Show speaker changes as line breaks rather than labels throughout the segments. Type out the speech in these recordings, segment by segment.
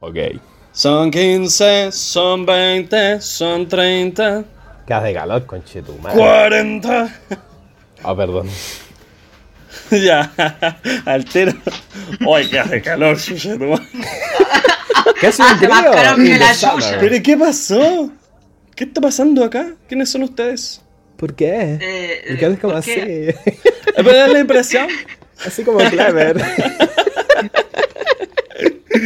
Ok.
Son 15, son 20, son 30,
¿Qué hace calor, conche tu madre?
40.
Ah, perdón.
ya, altero. Ay, que hace calor, chucha, tu madre.
¿Qué hace un
Hace más
trío?
calor Ah, que la
Insano,
suya.
güey.
¿Pero qué pasó? ¿Qué está pasando acá? ¿Quiénes son ustedes?
¿Por qué?
Eh,
¿Por qué haces como
¿por
así?
qué?
Eh, ¿Me da la impresión?
Así como clever.
Es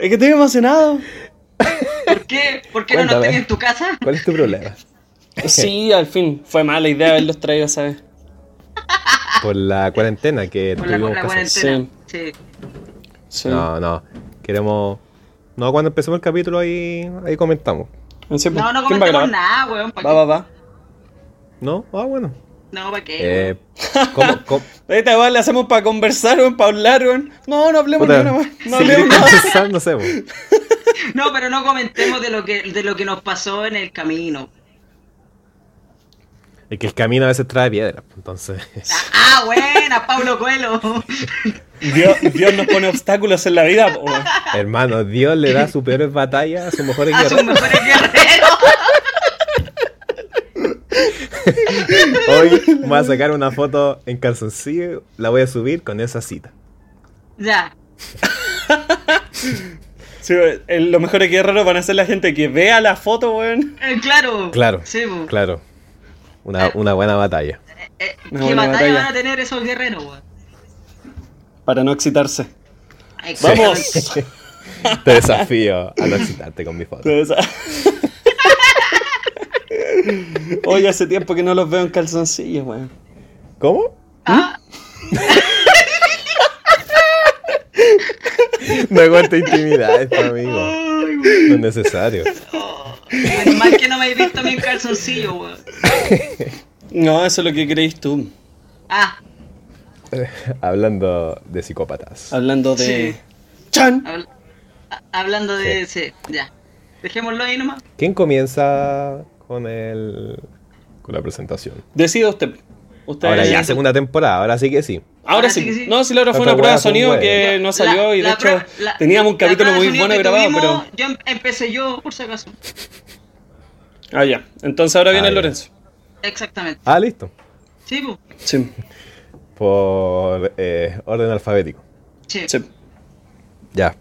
que estoy emocionado.
¿Por qué, ¿Por qué no nos
Cuéntame.
tenés en tu casa?
¿Cuál es tu problema?
Sí, al fin, fue mala idea haberlos traído, ¿sabes?
Por la cuarentena que
Por la, por
tuvimos
la
que hacer.
cuarentena. Sí.
Sí.
No, no. Queremos. No, cuando empecemos el capítulo ahí, ahí comentamos.
Sí, pues,
No, no
¿quién va a
comentamos
grabar?
nada, weón. ¿pa'
Va, va, va.
¿No? Ah, bueno.
qué? No, ¿para qué?
Eh, ¿cómo, cómo?
Esta weá la hacemos para conversar, weón, para hablar, weón. No, no hablemos
Puta,
ni una weá. No
seguir
hablemos nada.
conversando, sé, weón.
No, pero no comentemos de lo que de lo que nos pasó en el camino.
Es que el camino a veces trae piedra, entonces.
Ah, buena, Pablo Coelho.
Dios, Dios nos pone obstáculos en la vida, po, weón.
Hermano, Dios le da su peor batalla a su mejor
A sus
guerrero.
mejores guerreros.
Hoy voy a sacar una foto en calzoncillo, la voy a subir con esa cita.
Ya.
Sí, weón, eh, lo mejor es que es raro van a ser la gente que vea la foto, weón.
Eh, claro.
Claro,
Sí, Ah. po.
claro. Una, una buena batalla.
Eh, ¿Qué
Una buena
batalla,
batalla.
van a tener esos guerreros, weón?
Para no excitarse.
Exactamente.
¡Vamos!
Te desafío a no excitarte con mi foto.
Entonces, Hoy hace tiempo que no los veo en calzoncillos, weón.
¿Cómo?
Ah,
No aguanta intimidad, este amigo. No es necesario.
menos mal que no me habéis visto a mí en calzoncillo, weón.
No, eso es lo que creís tú.
Ah,
Hablando de psicópatas.
Hablando de.
Sí.
¡Chan!
habl- a- hablando de ese. Ya. Dejémoslo ahí nomás.
¿Quién comienza con el con la presentación?
Decida usted. Usted.
Ahora ya, segunda temporada, ahora sí que sí.
Ahora
Ahora
sí.
sí que sí.
No, si la otra fue
Otra
una
hueá
prueba de
fue un
sonido
huevo.
que Eh, no salió y de
La-
hecho
la-
teníamos un
la
capítulo
prueba de
muy
sonido
bueno
que
grabado,
tuvimos,
pero.
Yo em- empecé yo, por si acaso.
Ah, ya. Entonces ahora viene
Ah, ya.
Lorenzo.
Exactamente.
Ah, listo.
Sí, po.
Sí,
Por eh, orden alfabético.
Sí.
sí.
Ya.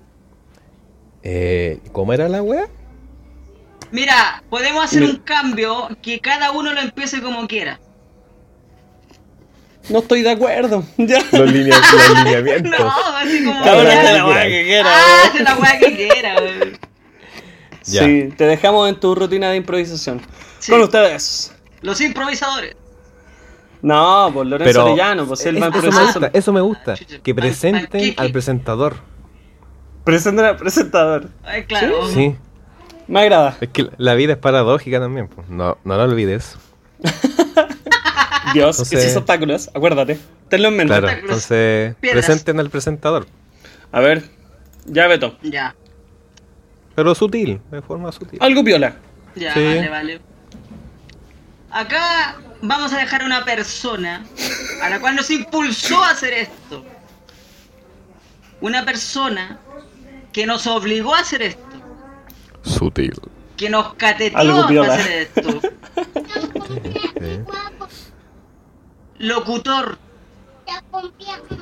Eh, ¿Cómo era la wea?
Mira, podemos hacer
Mira.
un cambio que cada uno lo empiece como quiera.
No estoy de acuerdo. Ya.
Los, linea- los lineamientos.
No, así como.
Cada uno
ahora que quiera.
hace la weá que quiera,
Ah,
weón.
hace la weá que quiera, weón.
Ya.
Sí, te dejamos en tu rutina de improvisación.
Sí.
Con ustedes.
Los improvisadores.
No, por Lorenzo
Pero
Arellano, pues él va a
eso, me
improvisar.
gusta, eso me gusta.
chucha.
Que
Al- al
presenten
Kiki.
al presentador.
Presenta presentador.
Ay, claro.
Sí.
Me agrada.
Es que la vida es paradójica también. pues. No, no lo olvides.
Dios,
Entonces-
esos obstáculos, acuérdate. Tenlo en mente.
Claro. Entonces,
Piedras.
presenten al presentador.
A ver, ya Beto.
Ya,
Pero sutil, de forma sutil.
Algo viola.
ya,
Sí.
vale, vale. Acá vamos a dejar a una persona a la cual nos impulsó a hacer esto. Una persona que nos obligó a hacer esto.
Sutil.
Que nos
Algo
cateteó
piola.
a hacer esto. Locutor,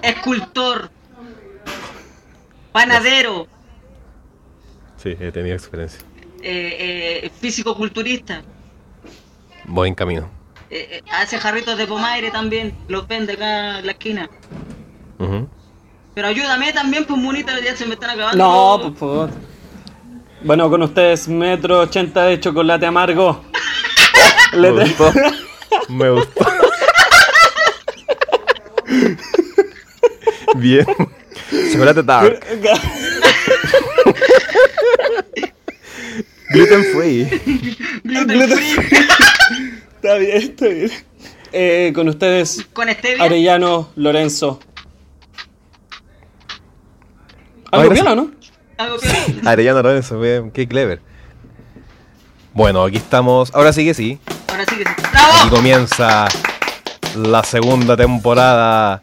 escultor, panadero,
Sí, he tenido experiencia.
eh, eh, físico-culturista.
Voy en camino.
eh, eh, hace jarritos de pomaire también, los vende acá en la esquina.
Ujú.
Pero ayúdame también, pues monita, ya se me están acabando.
No, pues, por favor. Bueno, con ustedes, metro 80 de chocolate amargo. Le-
Me gustó. Me gustó. Bien. Chocolate dark. Gluten free.
Gluten free,
está bien, está bien. Eh, con ustedes,
con stevia.
Arellano Lorenzo.
Ah,
Algo
gracias.
viola, ¿no?
Algo peor.
Arellano Lorenzo, ve, qué clever. Bueno, aquí estamos. Ahora sí que sí.
Ahora sí que sí.
Aquí
¡Bravo!
comienza la segunda temporada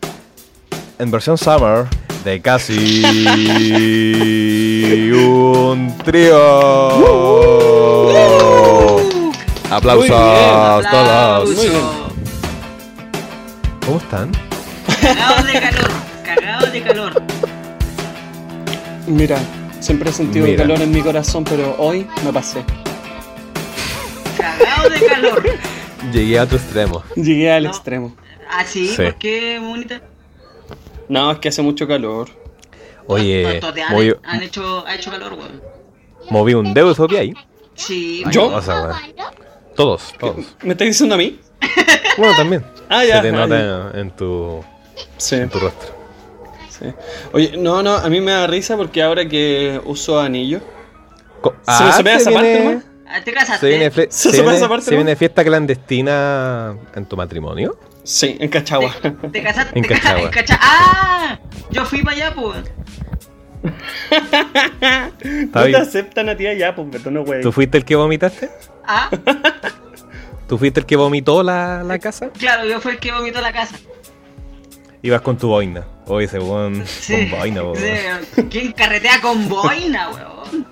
en versión summer de casi
un trío. Aplausos todos.
Muy bien.
¿Cómo están?
Cagados de calor, cagados de calor.
Mira, siempre he sentido
Mira.
calor en mi corazón, pero hoy me pasé.
Cagados de calor.
Llegué a otro extremo.
Llegué al
No.
extremo.
Así,
Sí.
Ah, ¿por qué, bonita?
No, es que hace mucho calor.
Oye,
Tonto, te han,
moví,
han hecho, ha hecho calor, weón.
moví un dedo sobre ahí.
Sí,
¿Yo?
O sea, bueno, todos, todos.
¿Me estás diciendo a mí?
Bueno, también.
Ah, ya,
Se te
ah,
nota en tu,
Sí,
en tu rostro.
sí. Oye, no, no, a mí me da risa porque ahora que uso anillo.
Co-
¿Se- se ve esa parte
viene-
nomás?
Ah, ¿Te
Se viene,
casaste?
fle-
¿Se
se
supone
viene-
esa parte,
se
no?
viene fiesta clandestina en tu matrimonio.
Sí, en Cachagua.
¿Te casaste?
En
¿Te casaste?
Cachagua.
¿En Cacha- ¡Ah! Yo fui para allá, pues.
no te
bien.
aceptan a ti allá, pues, pero no, güey.
¿Tú fuiste el que vomitaste?
Ah,
¿Tú fuiste el que vomitó la, la casa?
claro, yo fui el que vomitó la casa.
Ibas con tu boina. Oye, ese weón
Sí.
con boina, weón.
Sí, ¿Quién carretea con boina, weón?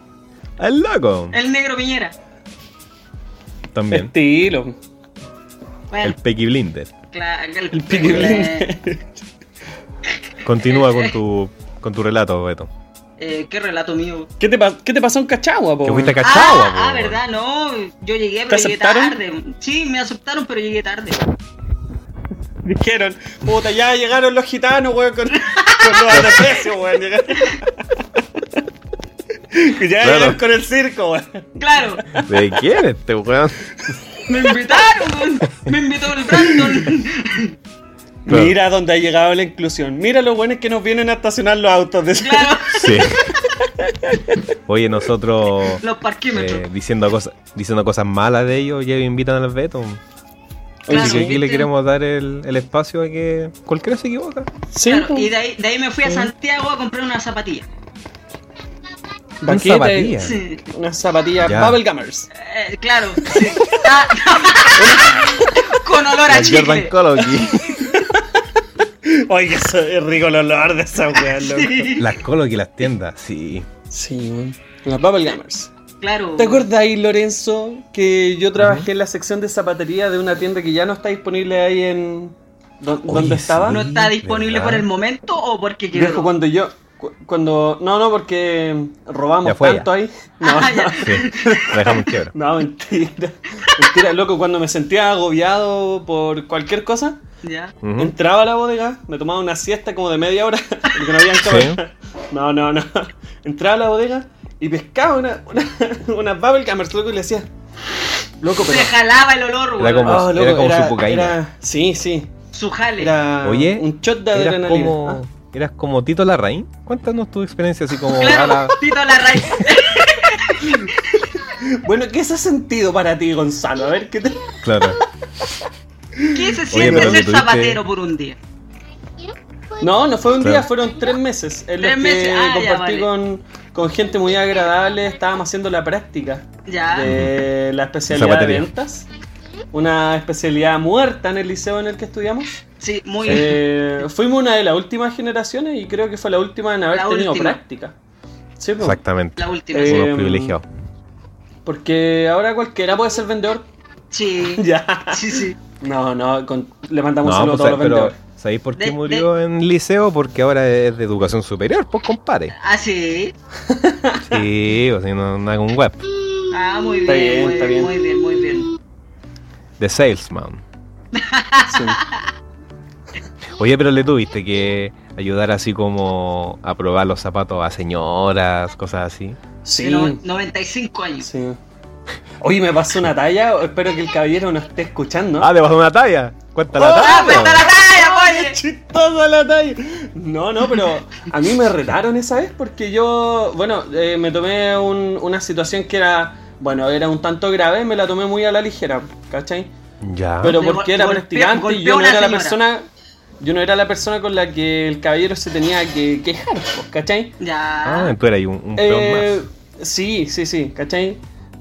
¡Al Ah, loco!
El negro Piñera.
También.
Estilo.
El
Bueno,
Pecky Blinder.
cla- el,
El pique blinde.
Continúa con tu, con tu relato, Beto.
Eh, qué relato mío.
¿Qué te, pa- qué te pasó en Cachagua, po?
Que fuiste a Cachagua, pues,
Ah, ah,
po,
verdad, no. Yo llegué, pero
¿Te
llegué
aceptaron?
tarde. Sí, me aceptaron, pero llegué tarde.
Dijeron, puta, ya llegaron los gitanos, weón, con, con los anestesios, weón. Llegaron. Que ya
Claro.
llegaron con el circo, weón.
Claro,
¿De quién este weón?
me invitaron, weón. me invitó el Brandon.
Claro.
Mira dónde ha llegado la inclusión. Mira lo bueno es que nos vienen a estacionar los autos. De...
Claro,
Sí. Oye, nosotros
los parquímetros.
eh, diciendo, cosas, diciendo cosas malas de ellos, ya invitan al Beto.
Claro,
Así que aquí
¿viste?
le queremos dar el, el espacio a que cualquiera se equivoca.
Sí, pues.
Claro, y de ahí, de ahí me fui a Santiago a comprar una zapatilla.
Con zapatillas.
Sí.
Unas zapatillas
Ya.
Bubble Gummers.
Eh, claro, sí. Ah, con olor a
La Jordan
chicle.
Cology.
Oye, eso es rico el olor de esa weón, loco. Sí,
Las Cology, las tiendas, sí.
weón. Las Bubble Gummers.
Claro.
¿Te acordáis, Lorenzo, que yo trabajé en la sección de zapatería de una tienda que ya no está disponible ahí en. do- ¿Dónde
sí.
estaba?
¿No está disponible
¿Verdad?
por el momento o porque quiero?
Viejo, cuando yo. cu- Cuando. No, no, porque mm, robamos
Ya fue,
tanto
ya.
ahí. No,
Ah, ya.
Sí, la dejamos en quiebra.
no, mentira. Mentira, loco, cuando me sentía agobiado por cualquier cosa,
Ya.
Ujú.
entraba a la bodega, me tomaba una siesta como de media hora, porque no había cámara. No, no, no. Entraba a la bodega y pescaba una, una, una bubble gummers, loco, y le decía. Loco, pero.
Se jalaba el olor,
Era
güey.
como-
Ah, loco,
como su cocaína.
era- sí, sí.
Su jale.
Era
Oye,
un shot de
eras
adrenalina. Ah,
como, eras como Tito Larraín. Cuéntanos tu experiencia así como a la-
Claro, Tito la raíz.
Ah, Bueno, ¿qué es ese sentido para ti, Gonzalo? A ver, ¿qué te...
Claro.
¿Qué se siente
pero
ser
tuviste-
zapatero por un día?
No, no fue un
Claro.
día, fueron tres meses. En los que
Tres meses, ah, ya,
compartí
vale.
con, con gente muy agradable. Estábamos haciendo la práctica
Ya.
de la especialidad de
Zapatería.
ventas. Una especialidad muerta en el liceo en el que estudiamos.
Sí, muy bien.
Eh, fuimos una de las últimas generaciones y creo que fue la última en haber
La
tenido
última.
práctica. Sí, pues.
Exactamente.
La última.
Eh,
Unos
Em,
privilegiados.
Porque ahora cualquiera puede ser vendedor.
Sí.
ya.
Sí, sí.
No, no, con- le mandamos
No,
un saludo
pues,
a todos los
pero
vendedores.
¿sabéis por
De-
qué murió en liceo? Porque ahora es de educación superior, pues compadre.
Ah, sí.
Sí, o sea, no, no hago un web.
Ah, muy
Está
bien,
bien,
muy
está
bien,
bien.
muy bien, muy bien.
De salesman.
Sí.
Oye, pero le tuviste que ayudar así como a probar los zapatos a señoras, cosas así.
Sí.
De no- 95 años.
Sí. Oye, me pasó una talla. Espero que el caballero no esté escuchando.
Ah, te pasó una talla. Cuenta
Oh,
la
¡Ah, pues está
talla.
la talla,
¡Qué
oye!
chistosa la talla! No, no, pero a mí me retaron esa vez porque yo, bueno, eh, me tomé un- una situación que era, bueno, era un tanto grave, me la tomé muy a la ligera, ¿cachai?
Ya.
Pero
Le
porque
gol-
era
golpeó-
practicante y
golpeó
yo no
una
era la
señora.
persona, yo no era la persona con la que el caballero se tenía que quejar, pues, ¿cachai?
Ah,
Ya.
tú eras ahí un, un peón
Eh,
más.
sí, sí, sí, ¿cachai?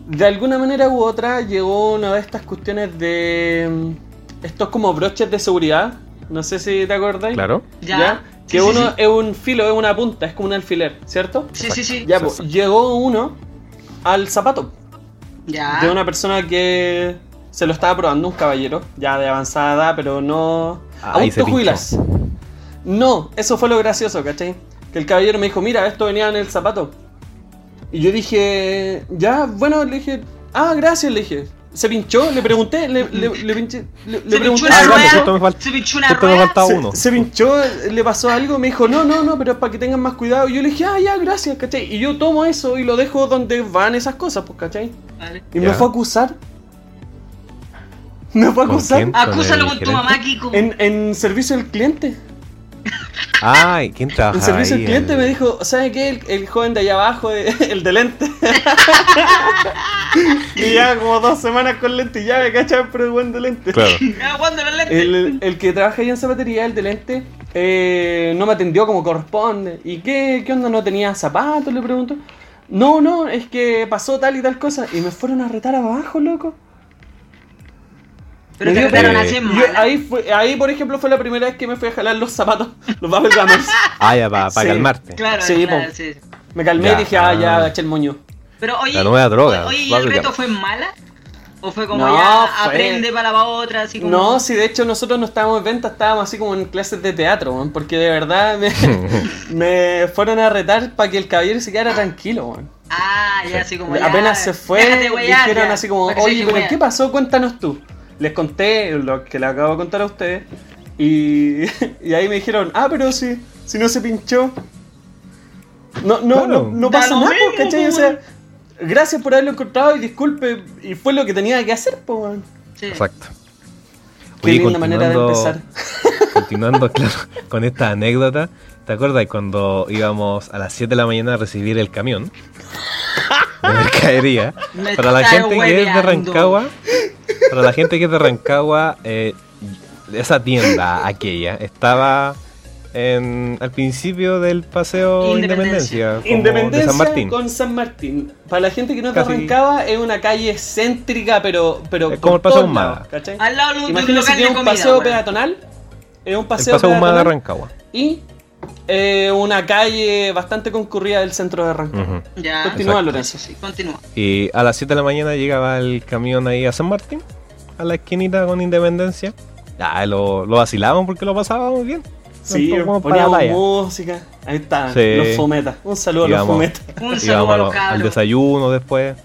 De alguna manera u otra llegó una de estas cuestiones de mm, estos como broches de seguridad, no sé si te acordáis.
Claro.
Ya.
¿Ya? Que
Sí, sí,
uno
sí.
es un filo, es una punta, es como un alfiler, ¿cierto?
Sí, sí, sí.
Ya, pues, llegó uno al zapato
Ya.
de una persona que se lo estaba probando, un caballero, ya de avanzada edad, pero no.
Ah,
aún
ahí se
te jubilas. No, eso fue lo gracioso, ¿cachai? Que el caballero me dijo, mira, esto venía en el zapato. Y yo dije, ya, bueno, le dije, ah, gracias, le dije. Se pinchó, le pregunté, le, le, le pinché- le- le
Se pinchó
pregunté.
una
Ah, vale,
rueda.
justo me fal-
Se pinchó una
justo me
rueda.
faltaba.
Se,
uno.
se pinchó, le pasó algo, me dijo, no, no, no, pero es para que tengan más cuidado. Y yo le dije, ah, ya, gracias, ¿cachai? Y yo tomo eso y lo dejo donde van esas cosas, pues, ¿cachai?
Vale.
Y me
Ya.
fue a acusar. Me fue a
¿Con
acusar
quién?
Acúsalo
el
con tu
gerente?
mamá, Kiko.
en, en servicio al cliente.
Ay, ¿quién trabaja?
En servicio
ahí?
al cliente
El-
me dijo, ¿sabe qué? El, el joven de allá abajo, eh, el de lente. y ya como dos semanas con lente y ya me cachan, pero el buen de lente.
Claro.
Ah, ¿Cuándo la lente?
El, el que trabaja ahí en zapatería, el de lente, eh, no me atendió como corresponde. ¿Y qué, qué onda? ¿No tenía zapatos? Le pregunto. No, no, es que pasó tal y tal cosa. Y me fueron a retar abajo, loco.
Pero
me
te
dio
trataron
pena.
así en
Yo-
mala.
ahí, fue- ahí, por ejemplo, fue la primera vez que me fui a jalar los zapatos, los Bubble Gummers.
Ah, ya, para
Sí.
calmarte.
Claro,
Sí,
claro,
po.
sí.
Me calmé
Ya,
y dije, ah, ya,
ah.
agaché el moño.
Pero oye,
La nueva droga,
oye, ¿y el
bubblegum.
reto fue en mala? ¿O fue como
No,
ya
fue-
aprende para la otra? Así como...
No, si de hecho nosotros no estábamos en venta, estábamos así como en clases de teatro, weón, porque de verdad me, me fueron a retar para que el caballero se quedara tranquilo, weón.
Ah, ya, así como ya.
Apenas se fue,
déjate huear,
dijeron
ya,
así como,
para que se
oye,
deje
pero
huear".
¿qué pasó? Cuéntanos tú. Les conté lo que le acabo de contar a ustedes. Y, y ahí me dijeron, ah, pero si, si no se pinchó. No, no,
Claro.
no, no
Da
pasa
lo
nada,
mismo,
po, ¿cachai?
po,
O sea,
weón.
gracias por haberlo encontrado y disculpe. Y fue lo que tenía que hacer, po, weón.
Sí.
Exacto.
Qué linda manera de
continuando-
empezar.
Continuando, claro, con esta anécdota, ¿te acuerdas cuando íbamos a las 7 de la mañana a recibir el camión de mercadería?
Me
Para la
está
gente que es de
hueveando.
Rancagua, para la gente que es de Rancagua, eh, esa tienda aquella estaba en- al principio del paseo
Independencia.
Independencia, como
Independencia
de San Martín.
con San Martín. Para la gente que no te
Casi-
arrancaba, es una calle céntrica, pero. pero
Es
por
como el Paseo
todos
Ahumada.
lados, ¿cachai?
Al lado de Ah, un
Imagínate
local
si
de
tiene un
comida,
paseo
weón.
peatonal. Es un
El
paseo,
paseo humada de
peatonal
Rancagua.
y eh, una calle bastante concurrida del centro de Rancagua.
Ujú.
Ya.
Continúa,
Exacto.
Lorenzo.
Sí, continúa.
Y a las 7 de la mañana llegaba el camión ahí a San Martín, a la esquinita con Independencia. Ah, lo, lo vacilábamos porque lo pasábamos bien.
Sí,
Nos tomamos para la
poníamos
playa.
música. Ahí está,
Sí.
los fumetas. Un saludo a los
Íbamos-
fumetas.
Un saludo
Íbamos
a
a lo-
los
al
cabros.
desayuno después.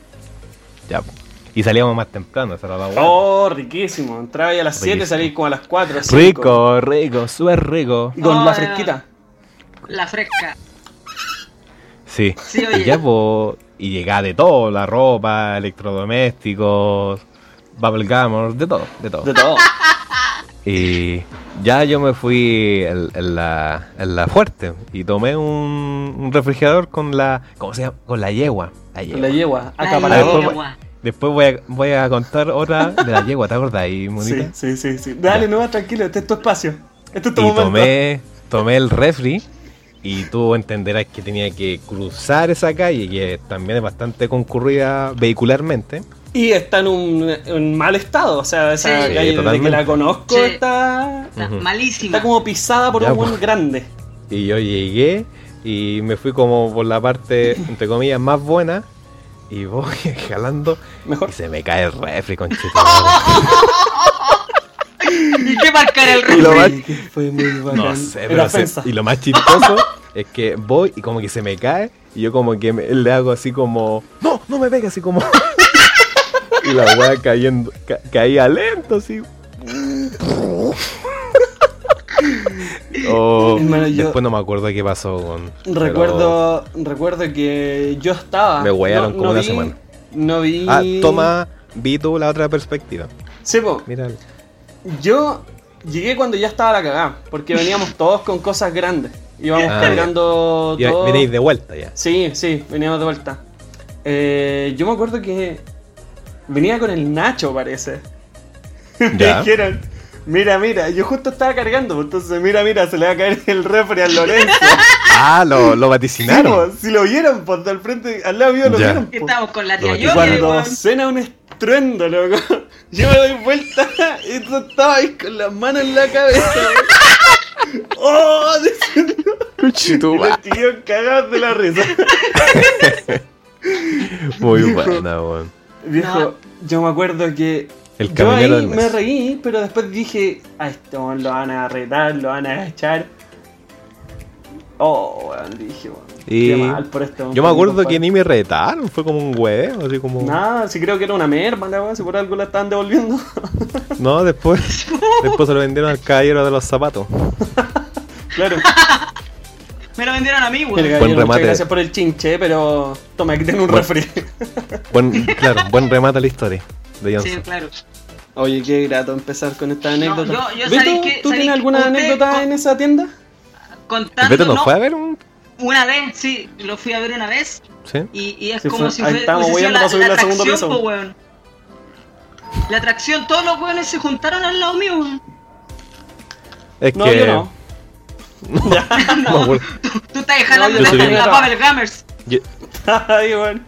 Ya. Y salíamos más temprano, esa era la hueá.
Oh, riquísimo. Entraba ahí a las 7,
Riquísimo.
salí como a las 4.
rico, rico, súper rico.
Y con
Oh,
la
no.
fresquita.
La fresca.
Sí.
Sí, oye.
y ya, po, y llegaba de todo, la ropa, electrodomésticos, bubblegum, de todo, de todo.
De todo.
Y ya yo me fui en, en la, en la fuerte y tomé un, un refrigerador con la. ¿Cómo se llama? Con la yegua. La
Con
yegua.
la
para
yegua.
Ay,
después-
Acaparador.
guagua.
Después voy a, voy a contar otra de la yegua, ¿te acordás? Y,
Sí,
monita?
sí, sí, sí. Dale, no, tranquilo, este es tu espacio. Este es tu
y
momento.
tomé, tomé el refri y tú entenderás que tenía que cruzar esa calle que también es bastante concurrida vehicularmente.
Y está en un, en mal estado. O sea, esa
Sí.
calle
Sí,
desde que
totalmente.
la conozco
Sí.
está.
Está
Ujú.
Malísima.
Está como pisada por
Ya,
un
pues.
buen grande.
Y yo llegué y me fui como por la parte, entre comillas, más buena y voy jalando
Mejor.
Y se me cae el refri, conchito.
¿Y qué marcar el
y
rey?
lo más,
Oye, que fue muy bacán.
no sé,
Era
pero se-
ofensa.
y lo más chistoso es que voy y como que se me cae y yo como que me- le hago así como, no, no me pegue así como. y la weá cayendo, ca- caía lento así. Oh,
Hermano, yo-
después no me acuerdo qué pasó con. pero-
Recuerdo, recuerdo que yo estaba.
Me huearon como una
vi-
semana.
No vi.
Ah, toma, vi tú la otra perspectiva.
Sí, po,
Mira.
yo llegué cuando ya estaba la cagada. Porque veníamos todos con cosas grandes. Íbamos
Ah, ya.
cargando
Ya,
todo.
Venéis de vuelta ya.
Sí, sí, veníamos de vuelta. Eh, yo me acuerdo que venía con el Nacho, parece. Me
Ya.
dijeron, mira, mira, yo justo estaba cargando, pues, entonces mira, mira, se le va a caer el refri al Lorenzo.
Ah, lo, lo
Sí,
vaticinaron.
po, si lo vieron, pues al frente, al lado mío lo
Ya.
vieron. po.
Estamos con la tía
Lo
Y
yo,
cuando
Yoyo.
suena un estruendo, loco, yo me doy vuelta y tú estabas ahí con las manos en la cabeza. ¡Oh!
Conchetumare.
Los tíos cagados de la risa.
Muy buena, weón.
Viejo,
No.
yo me acuerdo que.
El
yo ahí
camionero del mes.
me reí, pero después dije, a este weón lo van a retar, lo van a echar. Oh, weón, dije, weón.
Y-
Qué mal por este esto.
Yo me acuerdo que ni me retaron, fue como un huevo, así como...
Nada, si creo que era una merma, la weón, si por algo la estaban devolviendo.
No, después, después se lo vendieron al caballero de los zapatos.
claro.
Me lo vendieron a mí,
Mira,
weón.
caballero, muchas
remate.
gracias por el chinche, pero toma, aquí tengo un
Bueno.
refri.
Buen, claro, buen remate a la historia de
Sí,
Johnson.
claro.
Oye, qué grato empezar con esta anécdota.
yo- yo
Beto,
sabéis que-
¿Tú
sabéis
tienes
que
alguna
usted
anécdota
con-
en esa tienda?
¿El
Contando,
Beto no,
no,
fue a ver un...?
una vez, sí, lo fui a ver una vez
Sí.
y, y es
Sí,
como
fue-
si
ahí
fue,
estamos,
hubiese sido
weón, va a subir la segunda
atracción,
pieza,
po, weón. La atracción, todos los weones se juntaron al lado mío, weón.
Es
No,
que...
yo no.
no me acuerdo.
Tú estás jalando
yo
la
subí
la
una-
Bubble Gummers.
Yo,
Ay, weón.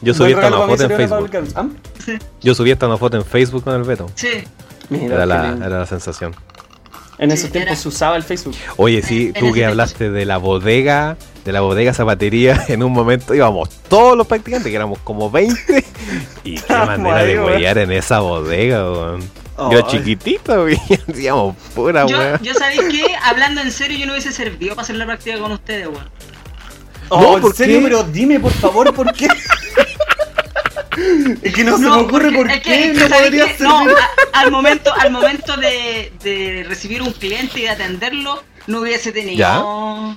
yo subí
Ah, Buen
esta
regalo
una
para
foto
mí
en
sería una
Facebook.
Bubble Gum.
Yo subí esta una foto en Facebook con el Beto.
Sí.
Ah, mira,
Era
qué
la,
lindo.
era la sensación.
En esos
Era-
tiempos se usaba el Facebook.
Oye, sí,
En
tú
ese
que
tiempo.
hablaste de la bodega, de la bodega zapatería, en un momento íbamos todos los practicantes, que éramos como 20. Y qué
Vamos
manera
ahí,
de
weón.
huellar en esa bodega, weón. Yo
Ay.
era chiquitito, weón, y hacíamos pura,
Yo,
weón.
yo sabéis que, hablando en serio, yo no hubiese servido para hacer la práctica con ustedes, weón.
Oh,
No,
¿en
¿por
serio?
qué?
Pero dime, por favor, ¿por qué? es que no, se me ocurre por
es que-
qué
es que
no
sabéis
podría
que-
ser.
no, a- al momento, al momento de, de recibir un cliente y de atenderlo, no hubiese tenido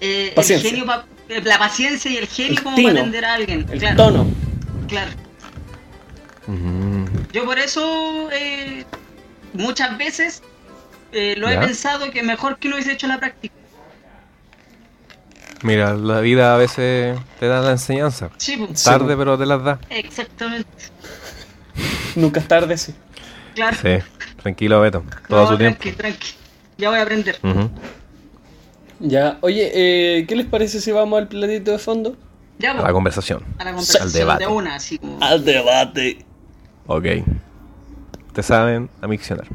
eh, el
Paciencia.
genio pa- eh, la paciencia y el genio
El
como
tino.
para atender a alguien.
El
claro,
tono.
claro.
Mm.
Yo por eso eh, muchas veces eh, lo he
¿Ya?
pensado que mejor que no hubiese hecho la práctica.
Mira, la vida a veces te da la enseñanza.
Sí, pues.
Sí.
Tarde, pero te las da.
exactamente.
Nunca es tarde, sí.
Claro.
Sí, tranquilo, Beto. Todo
No,
a su tiempo.
tranqui, tranqui. Ya voy a aprender.
Ujú.
Ya, oye, eh, ¿qué les parece si vamos al platito de fondo?
Ya,
Mm, A la
pues,
conversación.
a la
al
conversación
debate.
de una, así como.
Al debate.
Ok. Te saben a miccionar.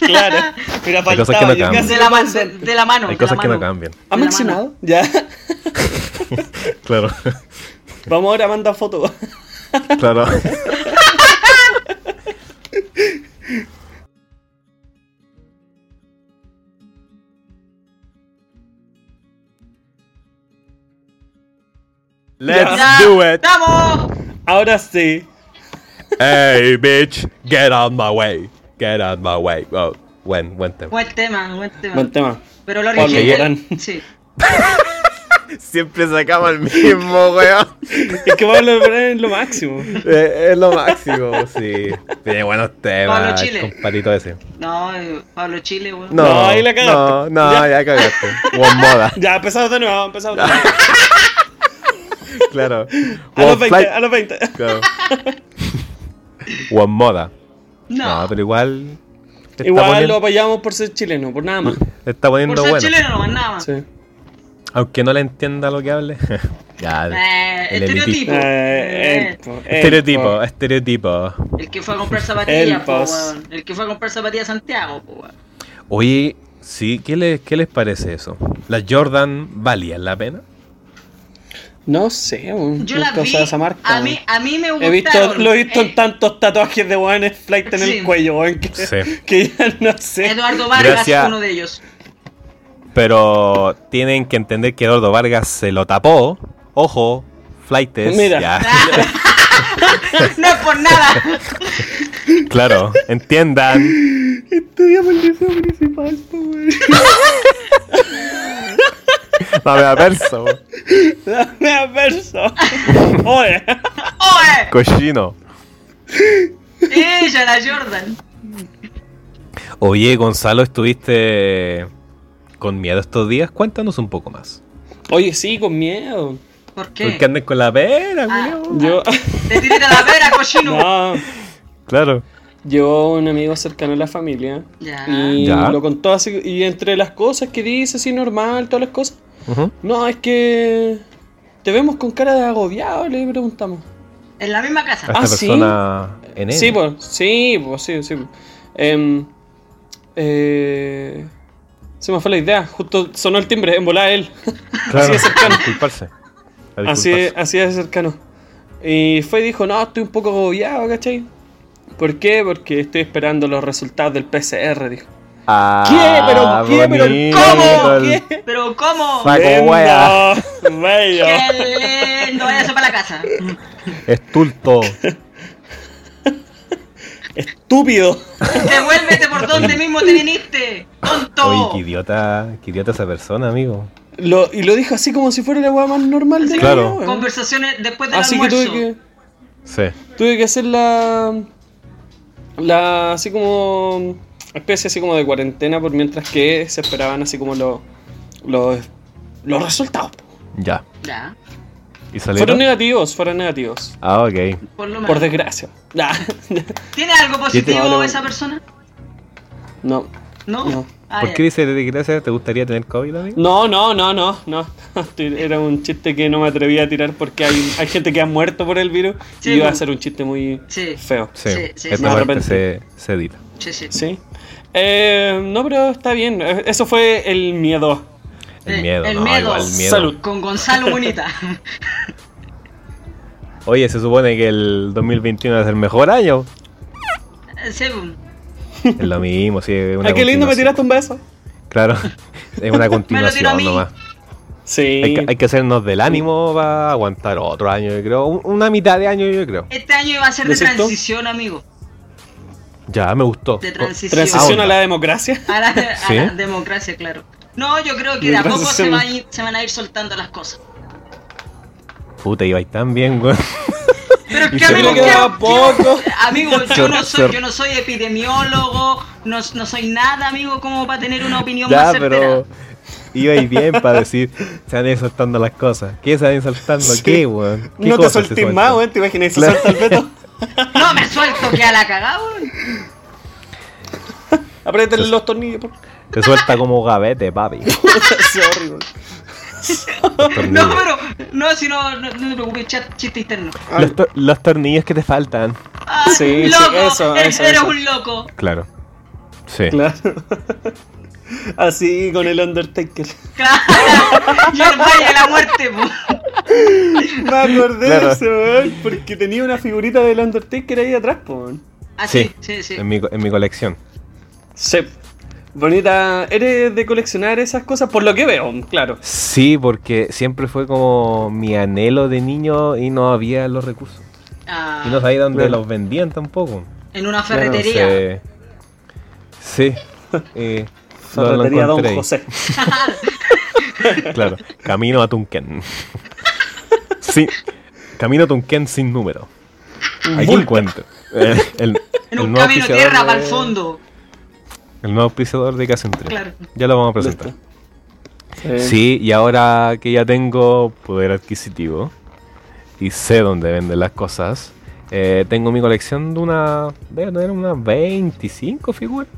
Claro. Mira,
Hay cosas que no cambian.
De la, man- de, de la mano.
Hay
de la
cosas que no
mano.
cambian.
¿Ha
de la
mencionado? Ya.
Claro,
Vamos ahora, manda foto.
claro. Let's
Ya,
do it.
¡Vamos!
Ahora sí.
Hey, bitch, get out my way. Get out my way. Oh, when, when time.
Buen tema, buen tema.
Buen tema.
Pero lo
Pablo
original.
Morán.
Sí.
Siempre sacamos el mismo, weón.
Es que Pablo Morán es lo máximo.
Eh, es lo máximo, sí. Tiene buenos
Pablo
temas,
Chile.
compadito ese.
No, eh, Pablo Chile, weón.
No,
No, ahí la
No,
cagaste.
no, ya,
Ya.
cagaste. One moda,
Ya, empezamos de nuevo, empezamos de nuevo.
claro.
A los
One
20, a los 20.
claro. One moda. No,
No.
pero igual. te está
Igual
poniendo-
lo apoyamos por ser chileno, por nada más.
te está
Por
poniendo
ser
bueno.
chileno nomás, nada más.
Sí.
Aunque no le entienda lo que hable. ya,
Eh, estereotipo.
Eh, el po- el
Estereotipo,
po-
estereotipo.
El que fue a comprar zapatillas,
El
po,
pos.
weón. El que fue a comprar zapatillas a Santiago, po, weón.
Oye, sí, ¿qué les, ¿qué les parece eso? ¿Las Jordan valían la pena?
No sé, weón.
Yo la
nunca
vi.
usaba esa marca.
a,
weón.
mí, a mí me
He
gustaron.
visto, lo he visto
Eh,
en tantos tatuajes de weones flight en
Sí.
el cuello, weón, que,
Sí.
que ya no sé.
Eduardo Vargas,
Gracias.
uno de ellos.
Pero tienen que entender que Eduardo Vargas se lo tapó. Ojo, flightes.
Mira.
no es por nada.
claro, entiendan.
Estudiamos el liceo municipal, po, weón.
No me averso.
Dame a verso. Oye.
¡Oe!
Cochino.
Ella, la Jordan.
Oye, Gonzalo, estuviste con miedo estos días. Cuéntanos un poco más.
Oye, sí, con miedo.
¿Por qué?
Porque andes con la pera,
Ah.
culiao?
Yo.
Te tiré de la vera, cochino.
No.
Claro.
Yo, un amigo cercano a la familia,
Ya.
y
Ya.
lo contó así, y entre las cosas que dice, así normal, todas las cosas,
Ujú.
no, es que te vemos con cara de agobiado, le preguntamos.
En la misma
A
casa.
esta
Ah, ¿sí?
persona en él.
Sí, pues, sí, pues, sí, sí. po. Em, eh, Se me fue la idea. Justo sonó el timbre, en volada él.
Claro,
Así de cercano.
a disculparse. a
Así,
disculparse.
así de cercano. Y fue y dijo, no, estoy un poco agobiado, ¿cachai? ¿Por qué? Porque estoy esperando los resultados del PCR, dijo. ¿Qué?
Ah,
¿Pero qué? ¿Pero
bonito
cómo?
el-
¿Qué?
Pero ¿cómo?
Saco wea.
Lindo, bello.
Qué lindo eso para la casa.
Estulto.
Estúpido.
Devuélvete por donde mismo te viniste,
Oye,
tonto.
qué idiota, qué idiota esa persona, amigo.
Lo- y lo dijo así como si fuera la weá más normal de la
Claro.
vida, weón.
Conversaciones después del
Así que
almuerzo.
tuve que,
Sí.
tuve que hacer la. La. Así como. Especie así como de cuarentena, por mientras que se esperaban así como los. Los, los resultados. po.
Ya.
Ya,
¿Y
Fueron
salieron?
negativos, fueron negativos.
Ah, ok.
por lo
Por
menos.
desgracia. Ah, Nah,
¿Tiene algo positivo
Vale.
esa persona?
no.
No.
No.
Ah,
¿Por
ya.
qué dice desde gracias te gustaría tener COVID, amigo?
No, no, no, no, no. Era un chiste que no me atreví a tirar porque hay, hay gente que ha muerto por el virus
Sí,
y iba a
no.
ser un chiste muy
Sí.
feo.
Sí,
Sí, sí,
esta
sí.
parte se, se edita.
Sí, sí.
Sí. Eh, no, pero está bien. Eh, Eso fue el miedo.
El
Sí,
miedo,
el
no,
miedo.
igual miedo.
Salud.
Con Gonzalo Bonita.
Oye, se supone que el 2021 es el mejor año.
sí, pues,
Es lo mismo, sí. es una
Ay, qué lindo, me
continuación.
tiraste un beso.
Claro, es una
tiró a
continuación
mí.
nomás.
Sí.
Hay que, hay que hacernos del ánimo para aguantar otro año, yo creo. Un- Una mitad de año, yo creo.
este año iba a ser de
¿Decís tú?
transición, amigo.
Ya, me gustó.
De
Co-
transición.
Transición
Ah,
a la democracia.
A la, a
¿Sí?
la democracia, claro. No, yo creo que de a poco
Democracia
se,
sí.
va a ir- se van a ir soltando las cosas.
Puta, ibais tan bien, weón.
Pero es
Y
que,
se
amigo,
cree
que
yo-
va a poco.
amigo, yo
Sor-
no soy,
sor-
yo no soy epidemiólogo, no, no soy nada, amigo, como para tener una opinión
Ya,
más certera.
pero ibais bien para decir, se van a ir soltando las cosas. ¿Qué se van a ir soltando?
Sí.
¿Qué, weón? ¿Qué
No te
cosas se
soltes
sueltan?
más, weón. Te imaginas, se
Claro.
salta el veto.
No me suelto que a la cagada, weón.
Apriétenle los tornillos. Por...
Se suelta como gavete, papi.
Sorry, weón.
No,
tornillos.
pero, no, si no, no, no te preocupes, chat, chiste interno.
Los, to- los tornillos que te faltan.
Ah,
Sí, sí,
loco,
eso,
eres,
eso,
eres
eso.
un loco.
Claro. Sí.
Claro. Así con el Undertaker.
Claro, yo el valle de la muerte, po.
Me acordé
Claro.
de ese, weón. Porque tenía una figurita del Undertaker ahí atrás, po, weón.
Así, Ah, sí, sí.
En mi, co- en mi colección.
Sí. Bonita, eres de coleccionar esas cosas por lo que veo, claro.
Sí, porque siempre fue como mi anhelo de niño y no había los recursos.
Ah,
Y no sabía dónde
Claro.
los vendían tampoco.
en una
Claro,
ferretería.
Entonces, sí. Eh, lo- lo
Ferretería Don
encontré ahí.
José.
Claro. Camino a Tunquén. Sí. Camino a Tunquén sin número. Aquí
Vulca.
encuentro. Eh, el,
en
el
un
nuevo
camino
auspiciador
tierra
de-
para el fondo.
El nuevo auspiciador de Casa Entre.
Claro.
Ya lo vamos a presentar. Sí, y ahora que ya tengo poder adquisitivo y sé dónde venden las cosas, eh, tengo mi colección de una. Debe tener unas 25 figuras.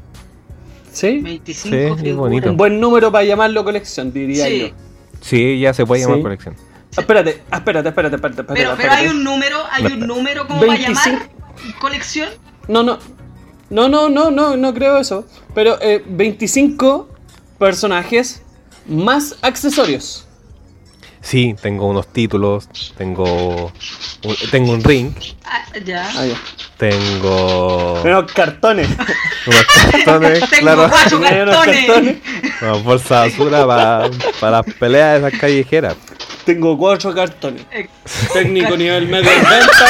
Sí.
25
Sí,
figuras.
es bonito.
Un buen número para llamarlo colección, diría
Sí,
yo.
Sí, ya se puede llamar
Sí.
colección.
Ah, Espérate, ah, espérate, espérate, espérate. espérate,
pero, pero
espérate.
hay un número, hay un número como para
25.
llamar colección.
No, no. No, no, no, no, no creo eso. Pero eh, 25 personajes más accesorios.
Sí, tengo unos títulos, tengo un, tengo un ring,
Ah, ya.
Ah, ya.
tengo
Unos cartones.
unos cartones,
Tengo
claro,
cuatro
Hay unos
cartones.
cartones.
una bolsa basura para las peleas de esas callejeras.
Tengo cuatro cartones.
Eh,
Técnico nivel medio venta.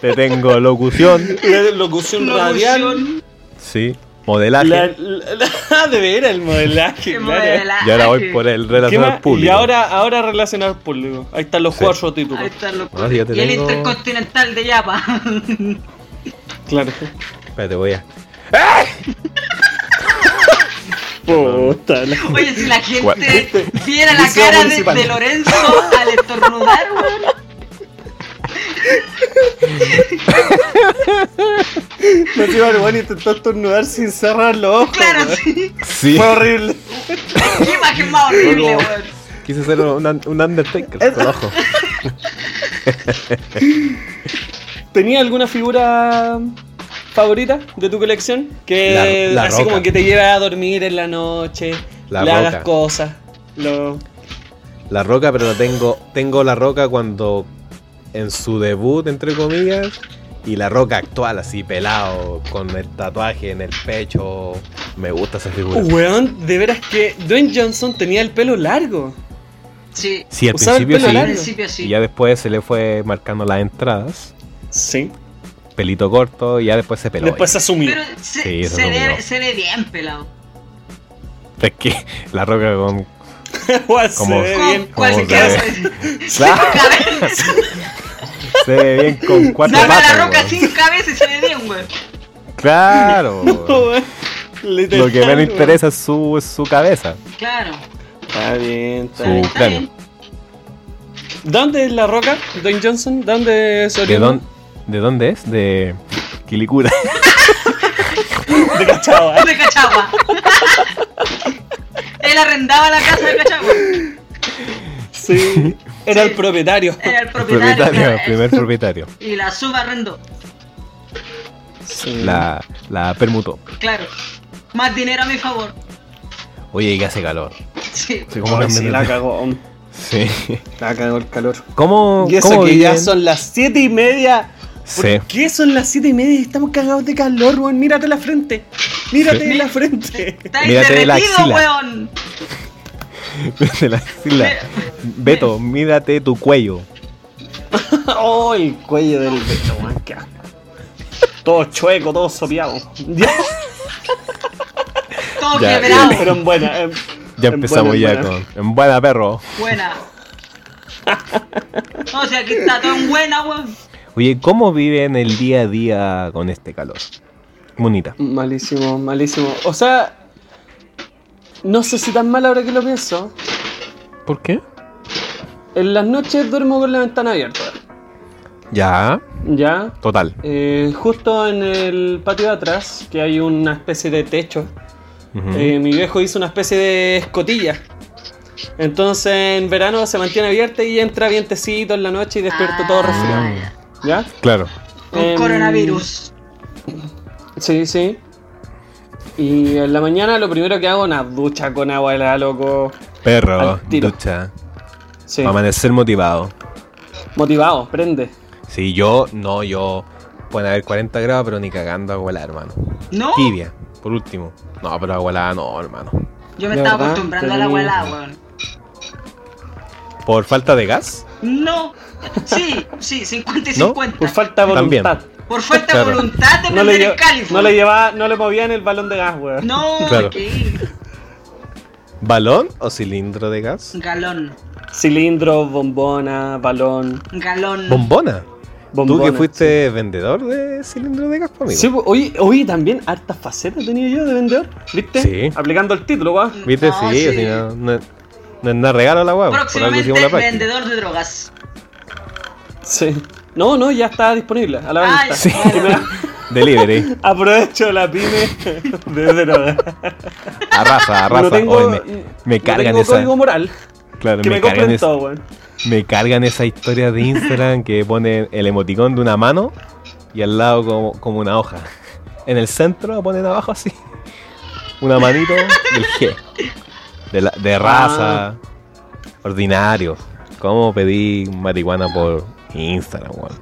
Te tengo locución,
La locución
Locución.
radial.
sí, modelaje.
La, la- la- de ver el modelaje.
qué
claro.
modelaje.
Y ahora voy por el
¿Qué
relacionar
más?
público.
Y ahora, ahora relacionar público. Ahí están los
Sí.
cuatro títulos.
Ahí están los
Ahora yo te
Y el
tengo-
intercontinental de Yapa.
Claro.
Espérate, voy a.
Puta, la-
Oye, si la gente
Cuatro.
viera la
Liceo
cara de,
municipal.
de Lorenzo al estornudar, weón.
No te iba a robar, intentó estornudar sin cerrar los ojos.
Claro,
weón.
sí.
Sí,
Fue horrible.
Qué imagen más horrible, weón.
quise ser un, un Undertaker. con ojo.
¿Tenía alguna figura favorita de tu colección? Que
La- la
así
roca.
como que te lleva a dormir en la noche,
La
le hagas
roca.
cosas. Lo...
La Roca, pero la tengo. Tengo La Roca cuando. En su debut, entre comillas. Y La Roca actual, así pelado. Con el tatuaje en el pecho. Me gusta esa figura.
Oh, Uh, Weón, de veras que Dwayne Johnson tenía el pelo largo.
Sí,
Sí, al
Usaba el
principio
pelo
sí.
al
largo.
principio sí.
Y ya después se le fue marcando las entradas.
Sí.
Pelito corto. Y ya después se peló.
Después se asumió.
Pero se,
Sí, eso
se
no
ve,
murió.
se ve bien pelado.
Es que La Roca con.
Weón, se
Como-
ve
Como-
bien.
Con cualquier...
se Claro. se ve bien con cuatro
Dame
patas.
la roca
weón.
sin cabeza y se ve bien, güey.
Claro. weón.
Oh, Weón,
Lo
literal,
que menos
weón.
interesa es su, es su cabeza.
Claro.
Está bien, está bien.
Su
Está
cráneo.
bien.
¿Dónde es la roca? Dwayne Johnson, ¿dónde es
¿De,
oriundo?
dónde- ¿De dónde es? De Quilicura.
De Cachagua.
De Cachagua. Él arrendaba la casa de Cachagua.
Sí. Era el propietario.
Era el propietario.
propietario,
claro.
primer propietario.
Y la subarrendó.
Sí.
La, la permutó.
Claro. Más dinero a mi favor.
Oye, que hace calor.
Sí.
Sí,
Ay, Oh, sí, la cagó.
Sí.
La cagó el calor.
¿Cómo,
Y eso
cómo
que ya
viven?
son las 7 y media. ¿Por
Sí.
qué son las 7 y media y estamos cagados de calor, weón? Mírate la frente. Mírate
Sí.
la frente.
Está
Mírate la
derretido,
axila.
weón.
De la axila. Beto, mírate tu cuello.
Oh, el cuello del beso, weón. qué asco. Todo chueco, todo sopeado. Ya,
Todo
Ya,
quebrado.
pero en buena. en-
Ya
en
empezamos
buena, en
ya
buena.
con. En buena, perro.
Buena. O sea, aquí está todo en buena, weón.
Oye, ¿cómo viven el día a día con este calor? Bonita.
Malísimo, malísimo. O sea, no sé si tan mal ahora que lo pienso.
¿Por qué?
En las noches duermo con la ventana abierta.
Ya,
Ya.
total.
Eh, justo en el patio de atrás, que hay una especie de techo,
Ujú.
eh, mi viejo hizo una especie de escotilla. Entonces en verano se mantiene abierta y entra vientecito en la noche y despierto todo
Ah,
resfriado.
ya.
¿Ya?
Claro.
Con
Em,
coronavirus.
Sí, sí. Y en la mañana lo primero que hago es una ducha con agua helada, loco.
Perro,
Al tiro.
ducha.
Sí.
Amanecer motivado.
Motivado, prende.
Sí, yo, no, yo. Pueden haber 40 grados, pero ni cagando abuela, hermano.
No,
Tibia, por último. No, pero abuela no, hermano.
yo me
de
estaba
verdad,
acostumbrando a
tenía-
la abuela, weón.
¿Por falta de gas?
No, sí, sí, 50 y
¿No?
50.
Por falta de
También.
voluntad.
Por falta de
Claro.
voluntad de
No le,
prender el
lle-
cáliz.
no le llevaba, no le movían el balón de gas, weón.
No,
Claro.
aquí,
¿Balón o cilindro de gas?
galón,
Cilindro, bombona, balón,
galón.
Bombona.
bombona.
Tú que fuiste vendedor de cilindro de gas, po, amigo.
Sí, pues, oye, oye, también hartas facetas tenía yo de vendedor, ¿viste?
Sí.
Aplicando el título, weón.
¿Viste?
No,
sí,
sí.
así no, no, no es nada regalo la hueá. Por algo
Próximamente
hicimos la página.
vendedor de drogas.
Sí. No, no, ya está disponible, a la
Ay,
venta.
sí.
Primera-
Delivery.
Aprovecho la pyme de droga.
Arrasa, arrasa.
No tengo,
Oye, me, me
no
cargan
tengo
esa.
código moral.
Claro,
Que me,
me cargan
compren
esa.
todo, weón.
Me cargan esa historia de Instagram que pone el emoticón de una mano y al lado como, como una hoja. En el centro ponen abajo así. Una manito y el G. De, la- de
Ah.
raza. Ordinario. ¿Cómo pedí marihuana por Instagram, weón?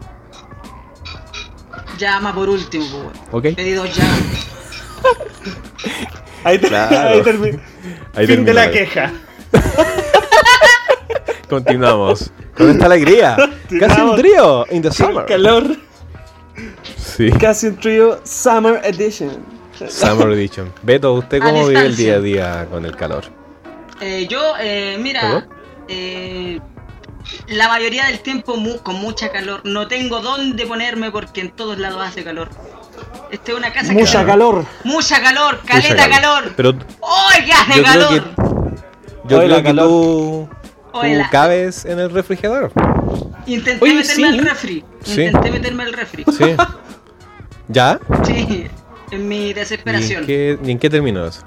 Llama por último, weón.
Ok.
Eh,
Pedido ya.
Ahí, te-
Claro.
ahí termi-
Ahí
Fin de
termina.
la queja.
Continuamos. Con esta alegría. Casi un
Continuamos.
trío. In the summer.
Calor.
Sí.
Casi un trío Summer Edition.
Summer Edition. Beto, ¿usted
A
cómo vive el día
distancia.
a día con el calor?
Eh, yo, eh, mira,
¿Perdón?
eh, la mayoría del tiempo mu- con mucha calor. No tengo dónde ponerme porque en todos lados hace calor. Esta es una casa que...
Mucha calor.
Mucha calor, caleta
Mucha
calor.
Pero
¡Ay, qué hace
yo creo
calor!
que yo
Hoy
creo
la
que
calor.
tú, tú
Hola.
cabes en el refrigerador.
Intenté
Oye,
meterme
sí.
al refri.
Sí.
Intenté meterme al refri.
Sí. ¿Ya?
Sí. En mi
¿Y en
desesperación.
qué, y en qué terminó eso?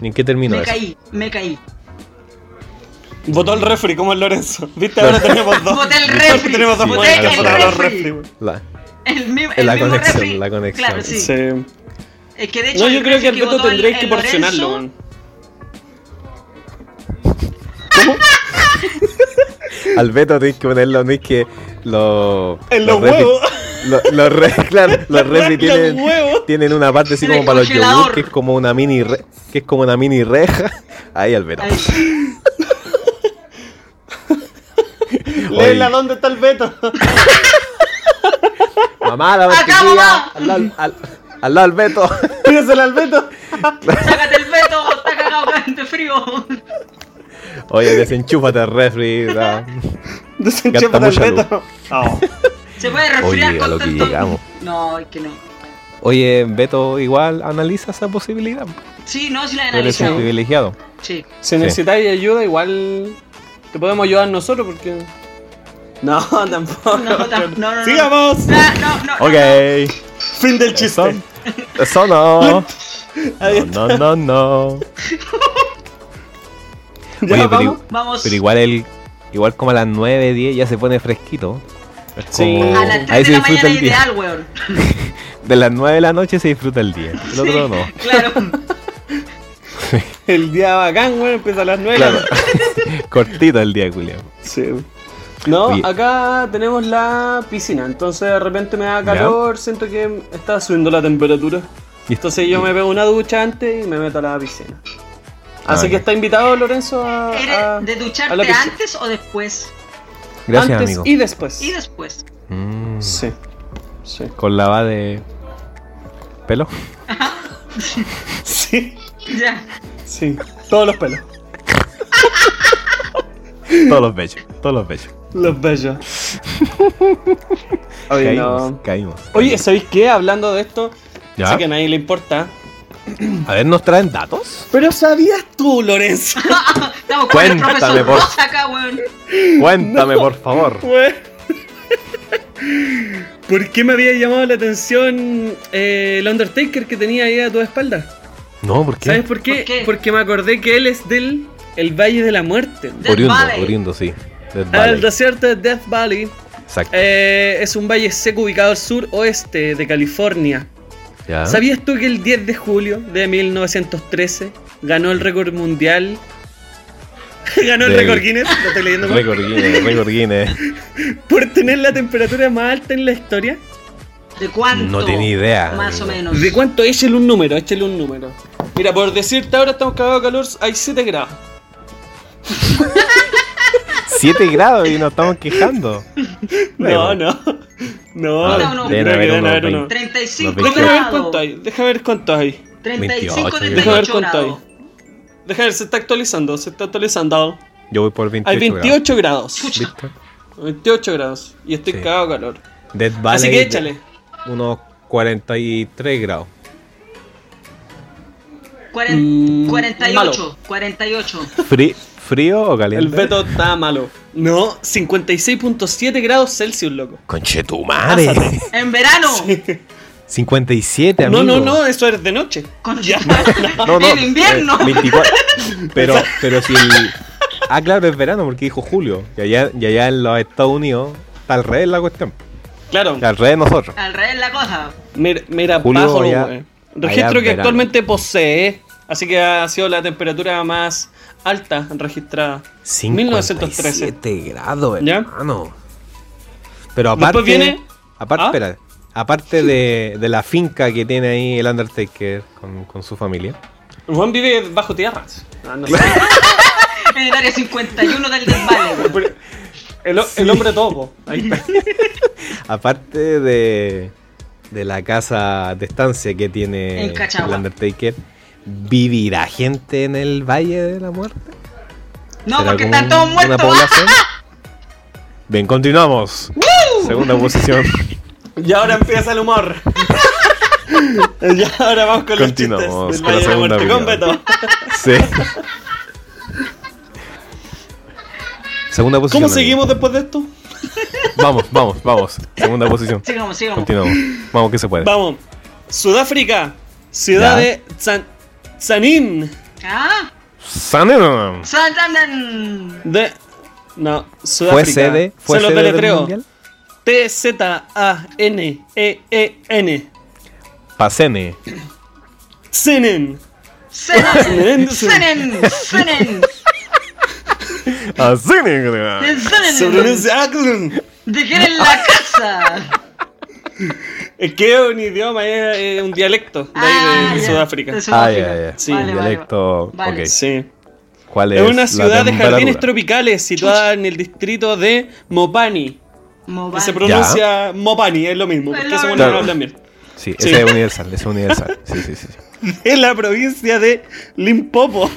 ¿Y en qué terminó
Me
eso?
caí, me caí.
Votó el refri como el Lorenzo. Viste, ahora tenemos dos.
Boté el
Ahora
refri.
tenemos dos
Sí,
muertos,
claro.
botaron los
Boté el
refri,
refri.
güey.
La-
el mismo, el
La
mismo
conexión,
refri.
la conexión.
Claro, sí.
Sí.
Es que de hecho
No,
el
yo creo
refri
que el reto
votó
tendréis que
el Lorenzo-
porcionarlo, weón.
Al Beto tenés que ponerlo, no es que lo,
En
lo
los
refri-
huevos.
lo- Los re- claro, los refri
Los
tienen,
huevos.
tienen una parte así
En el
como para los yogur,
congelador.
que es como una mini re- que es como una mini reja. Ahí al Beto.
Ahí.
Leila, ¿dónde está el veto?
Mamá, la
Acá,
mantequilla.
mamá.
Al lado, al, al lado al Beto.
Pídesela al veto.
Sácate el veto, está cagado caliente frío.
Oye, desenchúfate el refri. da.
Desenchúfate al
mucha luz.
veto. Oh.
Se puede resfriar
Oye, a
con
lo que
tanto-
llegamos.
No, es que no.
Oye, Beto igual analiza esa posibilidad.
Sí, no, si la he
Eres un
analizado.
privilegiado.
Sí.
Si necesitáis ayuda, igual te podemos ayudar nosotros porque. No, tampoco.
No, tam- no, no, no.
¡Sigamos!
Ah, no, no, no.
Ok.
Fin del chiste.
Son- Eso no.
Ahí
No, no, no, no.
¿Ya
Oye, pero,
vamos?
i-
Vamos.
pero igual el, igual como a las 9, 10 ya se pone fresquito. Es
Sí.
como-
A las 3
ahí
de
se
la
disfruta
mañana
el día.
ideal, weón.
De las 9 de la noche se disfruta el día. El otro
Sí,
no.
Claro.
El día bacán, weón, empieza a las 9.
Claro. Cortito el día, William.
Sí. No,
Oye.
acá tenemos la piscina, entonces de repente me da calor, siento que está subiendo la temperatura.
Y-
Entonces yo me pego una ducha antes y me meto a la piscina. Así
Ah,
que
ya.
está invitado Lorenzo a... a-
Ah,
¿Eres de
a la
ducharte
piscina.
antes o después?
Gracias,
antes
amigo.
y después.
Y después.
Mm,
Sí, sí.
con la va de pelo.
Sí,
Ya.
sí. Todos los pelos.
Todos los pechos. Todos los pechos.
Los bellos. Oye,
Caímos,
no.
caímos.
Oye, ¿sabéis qué? Hablando de esto,
Ya.
sé que a nadie le importa.
A ver, ¿nos traen datos?
Pero ¿sabías tú, Lorenzo?
Estamos con el
Cuéntame,
profesor
por-
Rosa acá, weón.
Cuéntame, por favor.
Güey. ¿Por qué me había llamado la atención eh, el Undertaker que tenía ahí a tu espalda?
No, ¿por qué?
¿Sabes por qué?
¿Por qué?
Porque me acordé que él es del el Valle de la Muerte.
Death
oriundo,
Valley.
oriundo, sí. Death
Ah, El
Valley.
desierto de Death Valley
Exacto.
eh, es un valle seco ubicado al sur oeste de California.
ya.
¿Sabías tú que el 10 de julio de 1913 ganó el récord mundial? ganó el
Del-
récord Guinness, lo estoy leyendo mal,
Récord Guinness, récord Guinness.
por tener la temperatura más alta en la historia.
¿De cuánto?
No tenía idea.
Más o menos.
¿De cuánto? Échale un número, échale un número. Mira, por decirte ahora estamos cagados de calor, hay 7 grados.
7 grados y nos estamos quejando.
No,
Bueno.
no. No,
Ah, no, no.
Yo
Deben
creo
haber
que deben
unos
haber uno.
35
Los
Déjame ver
grados.
cuánto hay, déjame ver cuánto hay.
35,
28,
Déjame ver
38
cuánto hay.
grados.
Déjame ver, se está actualizando, se está actualizando.
Yo voy por 28.
Hay 28 grados.
Chucha.
grados. ¿Viste?
28 grados. Y estoy
Sí.
cagado de calor.
Death Valley.
Así que échale.
Unos 43 grados.
Cuaren-
Mm,
48, 48.
Fri- ¿Frío o caliente?
El veto está malo. No, 56.7 grados Celsius, loco.
Conche tu madre.
En verano.
57,
No,
amigo.
no, no, eso es de noche.
Con ya.
No, no.
En invierno.
eh, 24. Pero, pero si el. Ah, claro, es verano porque dijo julio. Y allá, y allá en los Estados Unidos está al revés la cuestión.
Claro.
Al revés de nosotros.
Al revés la cosa.
Mira, mira
Julio,
bajo,
ya-
güey.
allá
Registro que
verano.
actualmente posee. Así que ha sido la temperatura más alta registrada. 1913.
57 grados,
¿Ya?
hermano. Pero
Después
aparte.
viene-
Aparte,
¿Ah?
espera, aparte de, de la finca que tiene ahí el Undertaker con, con su familia.
Juan vive bajo tierra. Ah, no sé.
En el área 51 del desvale.
Pero el, el hombre topo. Ahí está.
Aparte de, de la casa de estancia que tiene
En Cachagua.
el Undertaker. ¿Vivirá gente en el Valle de la Muerte?
No,
¿Será
porque
como
están todos
un-
muertos.
una población? Bien, continuamos. Segunda posición.
Y ahora empieza el humor. y ahora vamos con los chistes.
Continuamos
del
con la
Valle de
segunda
Muerte. Con
opinión.
Beto.
Sí. Segunda posición.
¿Cómo
amigo.
seguimos después de esto?
Vamos, vamos, vamos. Segunda posición.
Sigamos, sigamos.
Continuamos. Vamos, que se puede.
Vamos. Sudáfrica. Ciudad
Ya.
de San, Sanin.
Ah,
Sanenum.
Santander.
De. No, Sudáfrica.
¿Fue sede? ¿Fue
Se los
sede del
deletreo.
mundial?
E T-Z-A-N-E-E-N.
Pasene.
Cenen. Senen.
Senen, Senen, Senen,
Asene.
Se
Senen.
pronuncia Axen.
Dejen la casa.
Es que es un idioma, es, es un dialecto de, ahí
Ah,
de
ya,
Sudáfrica.
de
Ah,
Sudáfrica.
ya, ya.
Sí.
Un dialecto.
vale.
ok.
Sí.
¿Cuál es?
Es una
la
ciudad de jardines
temperatura?
tropicales situada en el distrito de Mopani. Que
Mobile.
se pronuncia Mopani, es lo mismo,
Es
porque
lo
eso bueno
mismo.
no hablan bien.
Sí,
Sí.
ese es universal, ese es universal. Sí, sí, sí.
Es la provincia de Limpopo.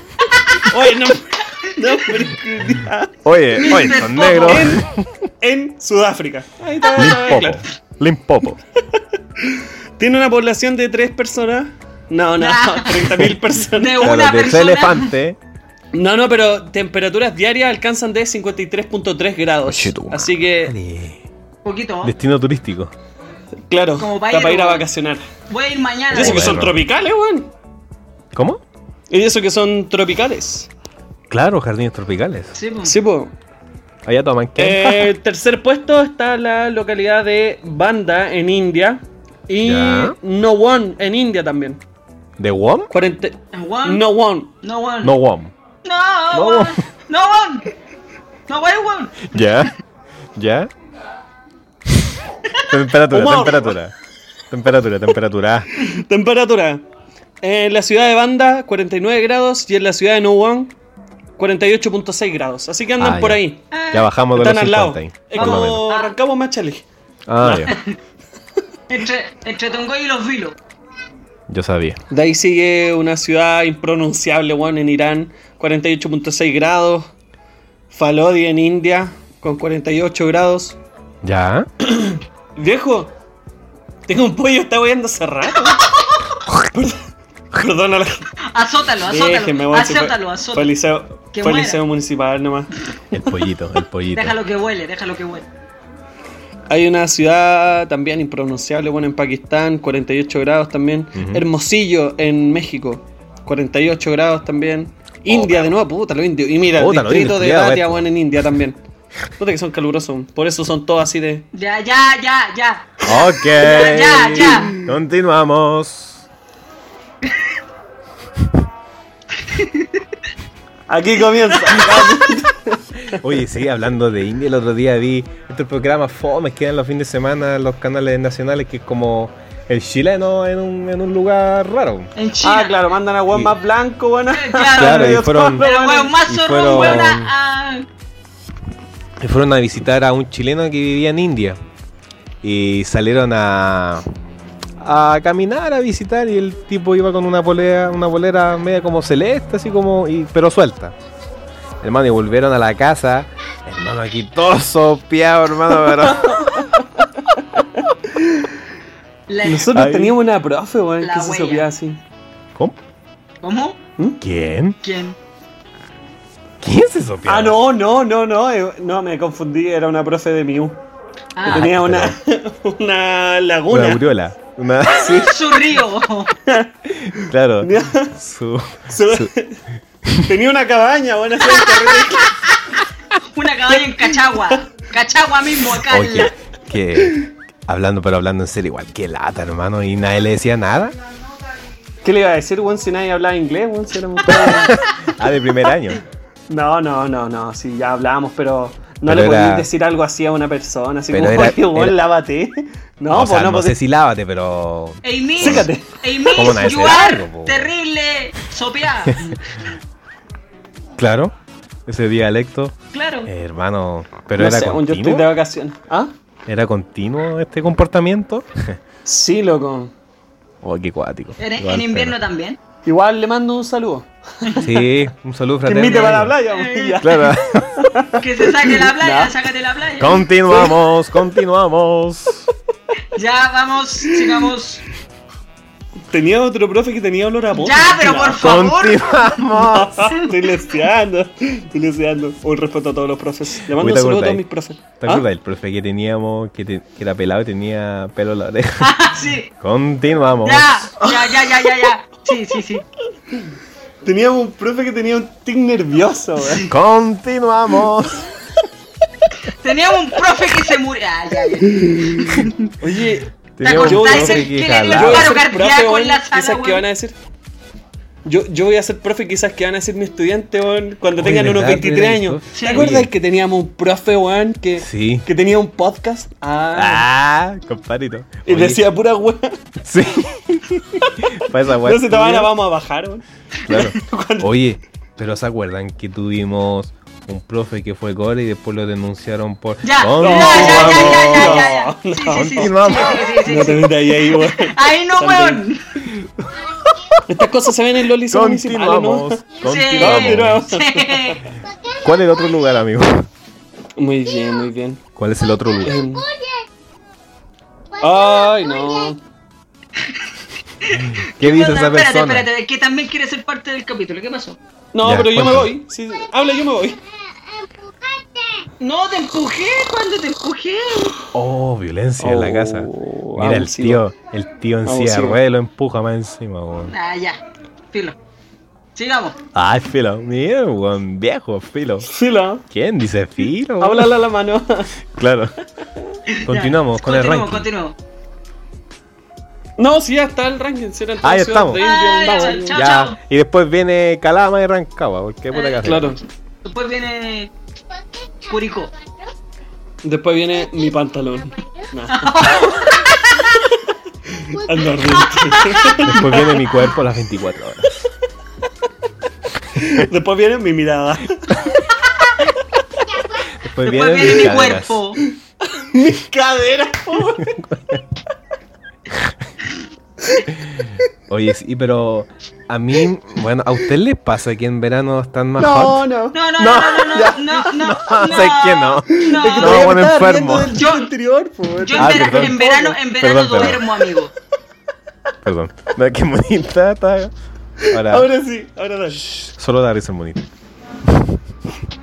Oye, no. no, pero-
Oye, oye,
Mr.
son
Popo.
negros.
en, en Sudáfrica. Ahí está, claro.
Limpopo. Limpopo.
Tiene una población de 3 personas. No, no,
Nah.
30.000 personas.
De
Claro, de
una
ese
persona.
elefante.
No, no, pero temperaturas diarias alcanzan de 53.3 grados.
Oye, tu
Así que,
madre.
Poquito.
Destino turístico.
claro,
Como
está
pa'
para
ir,
ir a
weón.
vacacionar.
Voy a ir mañana.
Y eso que son
Bueno.
tropicales, weón.
¿Cómo?
Y eso que son tropicales.
Claro, jardines tropicales.
Sí, po.
Sí, po.
Allá toman qué.
Ah. Eh, tercer puesto está la localidad de Banda en India. Y
Ya.
No One en India también.
¿De WOM?
Cuarenta-
And one.
No One.
No one.
No WOM.
No,
No.
one. No one. No one, one.
¿Ya? ¿Ya? Temperatura,
Humor.
temperatura. Temperatura, temperatura.
Temperatura. En la ciudad de Banda, 49 grados. Y en la ciudad de No One, 48.6 grados. Así que andan
Ah,
por
ya.
ahí.
Ya bajamos de
Están
los
al
50.
lado.
ahí,
Es
por lo menos.
como arrancamos más chale.
Ah, ya.
Entre, entre Tongoy y los Vilos.
Yo sabía.
De ahí sigue una ciudad impronunciable, weón, en Irán, 48.6 grados. Falodi en India, con 48 grados.
¿Ya?
Viejo, tengo un pollo, está hueando hace rato. Perdón- Perdona la
Azótalo,
Déjeme,
azótalo.
weón, si fue- Fue
Azótalo,
al
azótalo.
liceo,
Que
fue al
muera.
liceo municipal nomás.
El pollito, el pollito.
Déjalo que huele, déjalo que huele.
Hay una ciudad también impronunciable, bueno, en Pakistán, 48 grados también.
Ujú.
Hermosillo en México, 48 grados también. India de nuevo, puta lo indio. Y mira,
Oh, Puta,
el
lo
distrito
indio,
de
culiao,
Datia,
esto.
bueno, en India también. Puta que son calurosos, por eso son todos así de...
Ya, ya, ya, ya.
Ok.
Ya, ya, ya.
Continuamos.
Aquí comienza.
Oye, sí, hablando de India, el otro día vi estos programas fomes que dan los fines de semana en los canales nacionales, que es como el chileno en un, en un lugar raro.
En China.
ah, claro, mandan a Juan
Sí.
más blanco, bueno.
Claro.
Claro, y
Medio
fueron-
zorro,
Pero
weón.
weón, más
Y
zorro,
fueron-
weón. a- a-
Y fueron a visitar a un chileno que vivía en India. Y salieron a, a caminar, a visitar, y el tipo iba con una polera, una bolera media como celeste, así como, y- pero suelta. Hermano, y volvieron a la casa. Hermano, aquí todo sopeado, hermano, pero...
la-
Nosotros
Ahí.
teníamos una profe, weón,
La
que se
huella.
sopeaba así.
¿Cómo?
¿Cómo?
¿Quién?
¿Quién?
¿Quién se sopeaba?
Ah, no, no, no, no, eh, no, me confundí, era una profe de Miu.
Ah,
tenía una, una
Una
laguna.
aureola. Una...
su río.
Claro.
Tenía-
Su...
su- tenía una cabaña, bueno, hacía un carrete.
Una cabaña en Cachagua. Cachagua mismo, acá. en la-
Oye, que... Hablando, pero hablando en serio, igual que lata, hermano, y nadie le decía nada.
¿Qué le iba a decir, weón, si nadie hablaba inglés, weón, si éramos todos-
Ah, de primer año.
No, no, no, no, sí, ya hablábamos, pero no
Pero
le podías
era-
decir algo así a una persona, así
Pero
como,
era-
oye, weón,
era-
lávate. No,
o sea,
pues no,
no sé
podías-
si lávate, pero.
Ey, miss,
Sécate.
ey,
¿Cómo nadie
miss,
se
you
da
are
algo, po?
terrible. Sopia.
Claro, ese dialecto.
Claro.
Eh, hermano, pero
no
era
sé, weón, yo estoy
continuo.
de vacaciones. ¿Ah?
¿Era continuo este comportamiento?
Sí, loco.
oh, qué cuático.
En, en
Igual,
invierno
pero-
también.
Igual le mando un saludo.
Sí, un saludo
Que
fraterno.
invite para la playa, weón, ya.
Claro.
Que se saque la playa,
No.
sácate la playa.
continuamos, continuamos.
Ya, vamos, sigamos.
Tenía otro profe que tenía olor a moto.
Ya, pero por favor.
Continuamos.
Estoy leseando, estoy leseando. Un respeto a todos los profes. Le mando
Uy,
un
¿te
saludo a todos
acordáis?
mis profes.
¿Te
¿Ah?
acuerdas del profe que teníamos, que, te- que era pelado y tenía pelo en la oreja?
sí.
Continuamos.
Ah. Ya, ya, ya, ya, ya, ya. Sí, sí, sí.
Teníamos un profe que tenía un tic nervioso, weón.
Continuamos.
Teníamos un profe que se murió. Ah, ya, ya.
Oye,
¿Te
Teníamos un
acordáis
profe
el
que
que le dio
jalaba.
el paro
profe,
cardíaco
weón,
en la sala,
quizás que
weón?
van a decir. Yo, yo voy a ser profe, quizás que van a decir mi estudiante, weón, cuando
Oye,
tengan unos
¿verdad?
23
Era el
años.
profe.
¿Te
Sí.
acuerdas
Oye.
que teníamos un profe, weón, que,
Sí.
que tenía un podcast? Ah.
Ah, compadrito.
y
Oye,
decía pura weón.
Sí. Para esa weá.
No se te van a vamos a bajar, weón.
Claro. Oye, pero ¿se acuerdan que tuvimos un profe que fue gore y después lo denunciaron por.
Ya,
No,
ya, ya, ya, ya, ya, ya, ya.
no,
Sí, sí, sí, sí,
continuamos.
sí, sí, sí,
No
sí.
te metas ahí, ahí, weón.
Ahí no,
También.
weón.
Estas cosas se ven en los liceos municipales, ¿no?
Continuamos.
Continuamos.
Continuamos. ¿Cuál es el otro lugar, amigo?
Muy bien, muy bien.
¿Cuál es el otro lugar?
Em, Ay, no.
¿Qué dice esa
espérate,
persona?
espérate, que también quiere ser parte del capítulo. ¿Qué pasó?
No,
Ya,
pero yo me
cuéntame.
voy. Sí, sí. habla, yo me voy.
No, te empujé cuando te empujé.
Oh, violencia en la
Oh,
casa. Mira, el
abusivo.
tío, el tío en silla de
Abusivo.
ruedas lo empuja más encima, weón.
Ah, ya. Filo. Sigamos.
Ay, filo. Mira, weón, viejo, filo.
Sí, la.
¿Quién dice filo? weón?
Háblale a la mano.
Claro. Continuamos
Ya,
con el ranking.
Continuamos, continuamos.
No, sí, ya está el ranking. Sí, era el
Ahí
tercio
estamos.
de Indian
Ah, ya,
Bound.
chao.
Ya, y después viene Calama y Rancagua, porque puta
Eh,
que hace.
Claro.
Después viene Curicó.
Después viene mi pantalón. Nah. Ando horrible.
Después viene mi cuerpo a las 24 horas.
Después viene mi mirada.
Después,
Después
mis
viene mi
caderas.
cuerpo.
Mi cadera.
Oye, sí, pero a mí, bueno, ¿a usted le pasa que en verano están más
No,
hot?
no.
No, no,
No,
no, no,
ya.
no, no, no,
No, sé que no.
no.
Es que No, bueno, enfermo.
Yo anterior, por.
Yo en,
Ah,
vera-
perdón.
en verano, en verano
Perdón, perdón.
duermo, amigo.
Perdón. No, qué bonita está. Ahora,
Ahora sí, ahora dale.
solo dar ese bonito.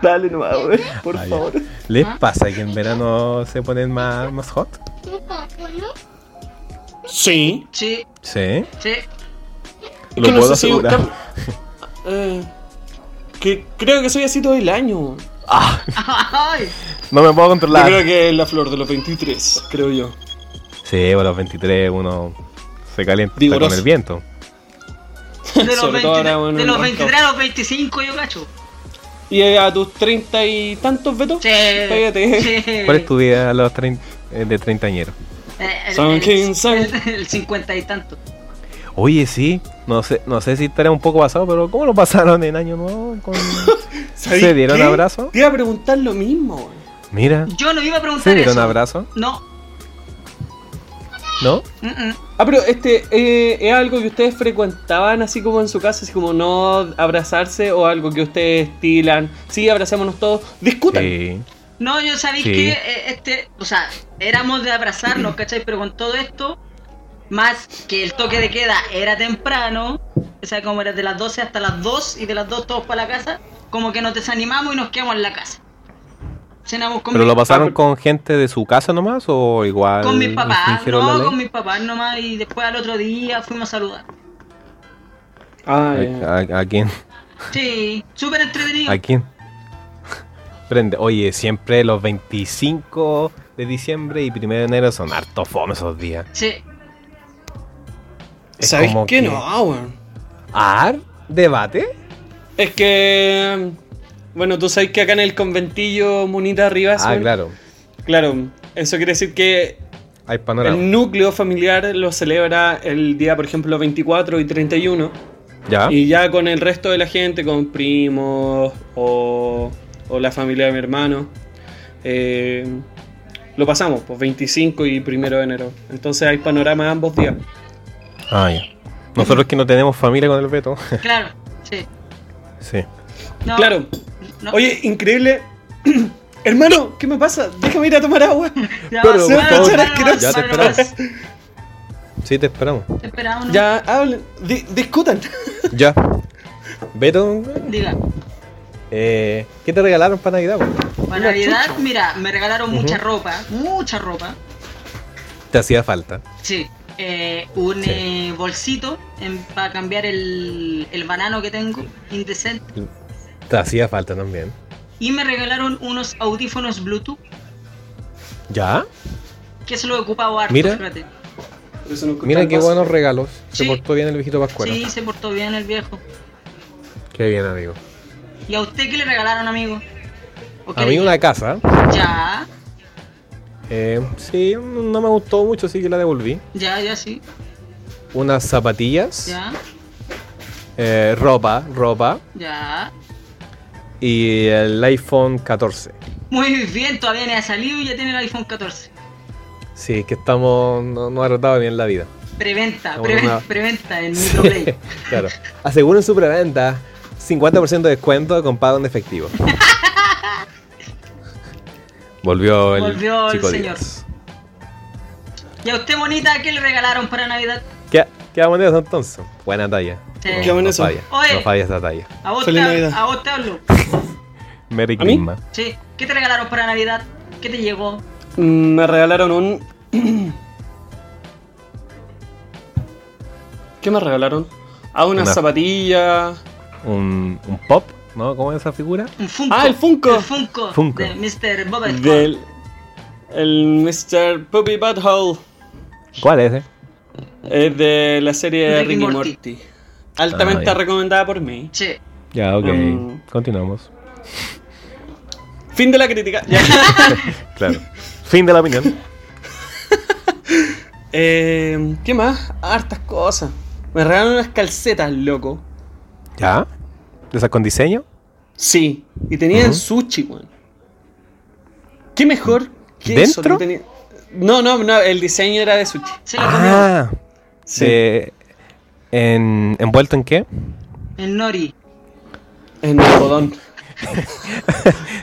Dale nomás, güey. Por favor.
Ah, ¿Les pasa que en verano se ponen más, más hot?
Sí.
Sí,
Sí.
sí.
Es
Lo
que no
puedo
sé si
asegurar.
buscar- Eh, que creo que soy así todo el año.
Ay,
No me puedo
Yo
controlar.
creo que es la flor de los 23, creo yo.
Sí, a los 23 uno se calienta
Vigoroso.
con el viento.
de los,
Sobre
20
todo ahora, bueno,
de
en
los
Rancagua.
23 a los 25 yo cacho.
¿Y a tus 30 y tantos, Beto?
Sí.
Cállate.
sí.
¿Cuál es tu vida a los trein- eh, de treintañero?
Eh, el-
Son
el-
15.
El, el 50 y tanto.
Oye, sí, no sé, no sé si estará un poco pasado, pero ¿cómo lo pasaron en año nuevo? Con-
¿Sabéis
¿Se dieron
qué?
abrazo?
Te iba a preguntar lo mismo, güey.
Mira,
Yo no iba a
¿se
preguntar
dieron
eso.
abrazo?
No.
¿No?
mm, mm.
Ah, pero este eh, es algo que ustedes frecuentaban así como en su casa, así como no abrazarse o algo que ustedes estilan. Sí, abracémonos todos. Discutan.
Sí.
No, yo sabéis
Sí.
que eh, este, o sea, éramos de abrazarnos, ¿cachai? Pero con todo esto, más que el toque de queda era temprano, o sea, como era de las 12 hasta las 2 y de las 2 todos para la casa, como que nos desanimamos y nos quedamos en la casa. Cenamos con,
¿Pero
mi-
lo pasaron
pero-
con gente de su casa nomás o igual
con mis papás,
infringieron la
no,
ley?
con mis papás nomás, y después al otro día fuimos a saludar.
Ah, ya.
¿A, a- a quién?
Sí, súper entretenido.
¿A quién? Prende. Oye, siempre los 25 de diciembre y 1 de enero son harto fome esos días.
Sí,
Es
¿Sabéis
como
qué?
que-
No, güey.
¿Ar? ¿Debate?
Es que. Bueno, tú sabes que acá en el conventillo Munita arriba.
Ah,
güey.
claro.
Claro, eso quiere decir que
Hay panorama.
el núcleo familiar lo celebra el día, por ejemplo, 24 y 31.
¿Ya?
Y ya con el resto de la gente, con primos o, o la familia de mi hermano, eh, lo pasamos, pues 25 y 1 de enero. Entonces hay panorama ambos días.
Ah, ya. Nosotros que no tenemos familia con el Beto.
claro, sí.
sí.
No,
Claro.
no.
Oye, increíble. Hermano, ¿qué me pasa? Déjame ir a tomar agua.
Ya
Pero,
vas,
por
vas,
favor,
vas,
ya
vas,
te
vas,
esperamos.
vas.
Sí, te esperamos.
Te esperamos, ¿no?
Ya, hablen, di- discutan.
Ya. Beto,
Diga.
eh, ¿qué te regalaron para Navidad? güey?
Para Navidad, mira, me regalaron mucha ropa, mucha ropa.
Te hacía falta.
Sí. Eh, un
Sí.
eh, bolsito para cambiar el, el banano que tengo, indecente.
Te hacía falta también.
y me regalaron unos audífonos Bluetooth
¿Ya?
que se lo ocupaba harto,
Mira.
fíjate.
Eso no escucha
Mira
el
qué
vaso.
buenos regalos. Se
Sí.
portó bien el viejito Pascuero.
Sí, se portó bien el viejo.
Qué bien, amigo.
¿Y a usted qué le regalaron, amigo? ¿O qué
A mí
le-
una casa.
Ya,
eh, sí, no me gustó mucho, así que la devolví.
ya, ya, sí,
Unas zapatillas.
ya,
eh, ropa, ropa.
ya.
Y el iPhone 14.
Muy bien, todavía no ha salido y ya tiene el iPhone 14.
Sí, es que estamos. No, no ha tratado bien la vida.
Preventa,
Estamos
preven-
en una-
preventa en Microplay.
claro. Aseguren su preventa. 50% de descuento con pago en efectivo. Volvió el,
Volvió el
chico
señor.
Díaz.
¿Y a usted, bonita, qué le regalaron para Navidad?
¿Qué, qué vamos a hacer entonces? Buena talla.
Sí.
No,
Qué
bueno
no
eso.
falla,
Oye.
no falla esta talla.
¿A vos,
Feliz
te,
Navidad.
a vos te hablo.
Merry
¿A mí?
Christmas.
Sí, ¿qué te regalaron para Navidad? ¿Qué te llegó?
Mm, Me regalaron un. ¿Qué me regalaron? Ah, unas
Una-
zapatillas.
Un, un pop, ¿no? ¿Cómo es esa figura?
Un Funko.
Ah, el Funko.
El Funko.
Funko.
De Mr. Bob Esponja.
Del. El Mr. Puppy Butthole.
¿Cuál es eh? ese?
Es de la serie
Rick
de
y
Ricky
Morty.
Morty. Altamente
Ah, ya.
recomendada por mí.
Che,
Ya, ok.
Um.
Continuamos.
Fin de la crítica. Ya.
Claro. Fin de la opinión.
Eh, ¿Qué más? Hartas cosas. Me regalaron unas calcetas, loco.
¿Ya? ¿De esas con diseño?
Sí. Y tenían
Ujú.
sushi, weón. ¿Qué mejor que eso?
¿Dentro?
No tenía- No, no, no, el diseño era de sushi.
se lo comió.
Ah,
Sí.
de- en, ¿Envuelto en qué?
El Nori.
En algodón.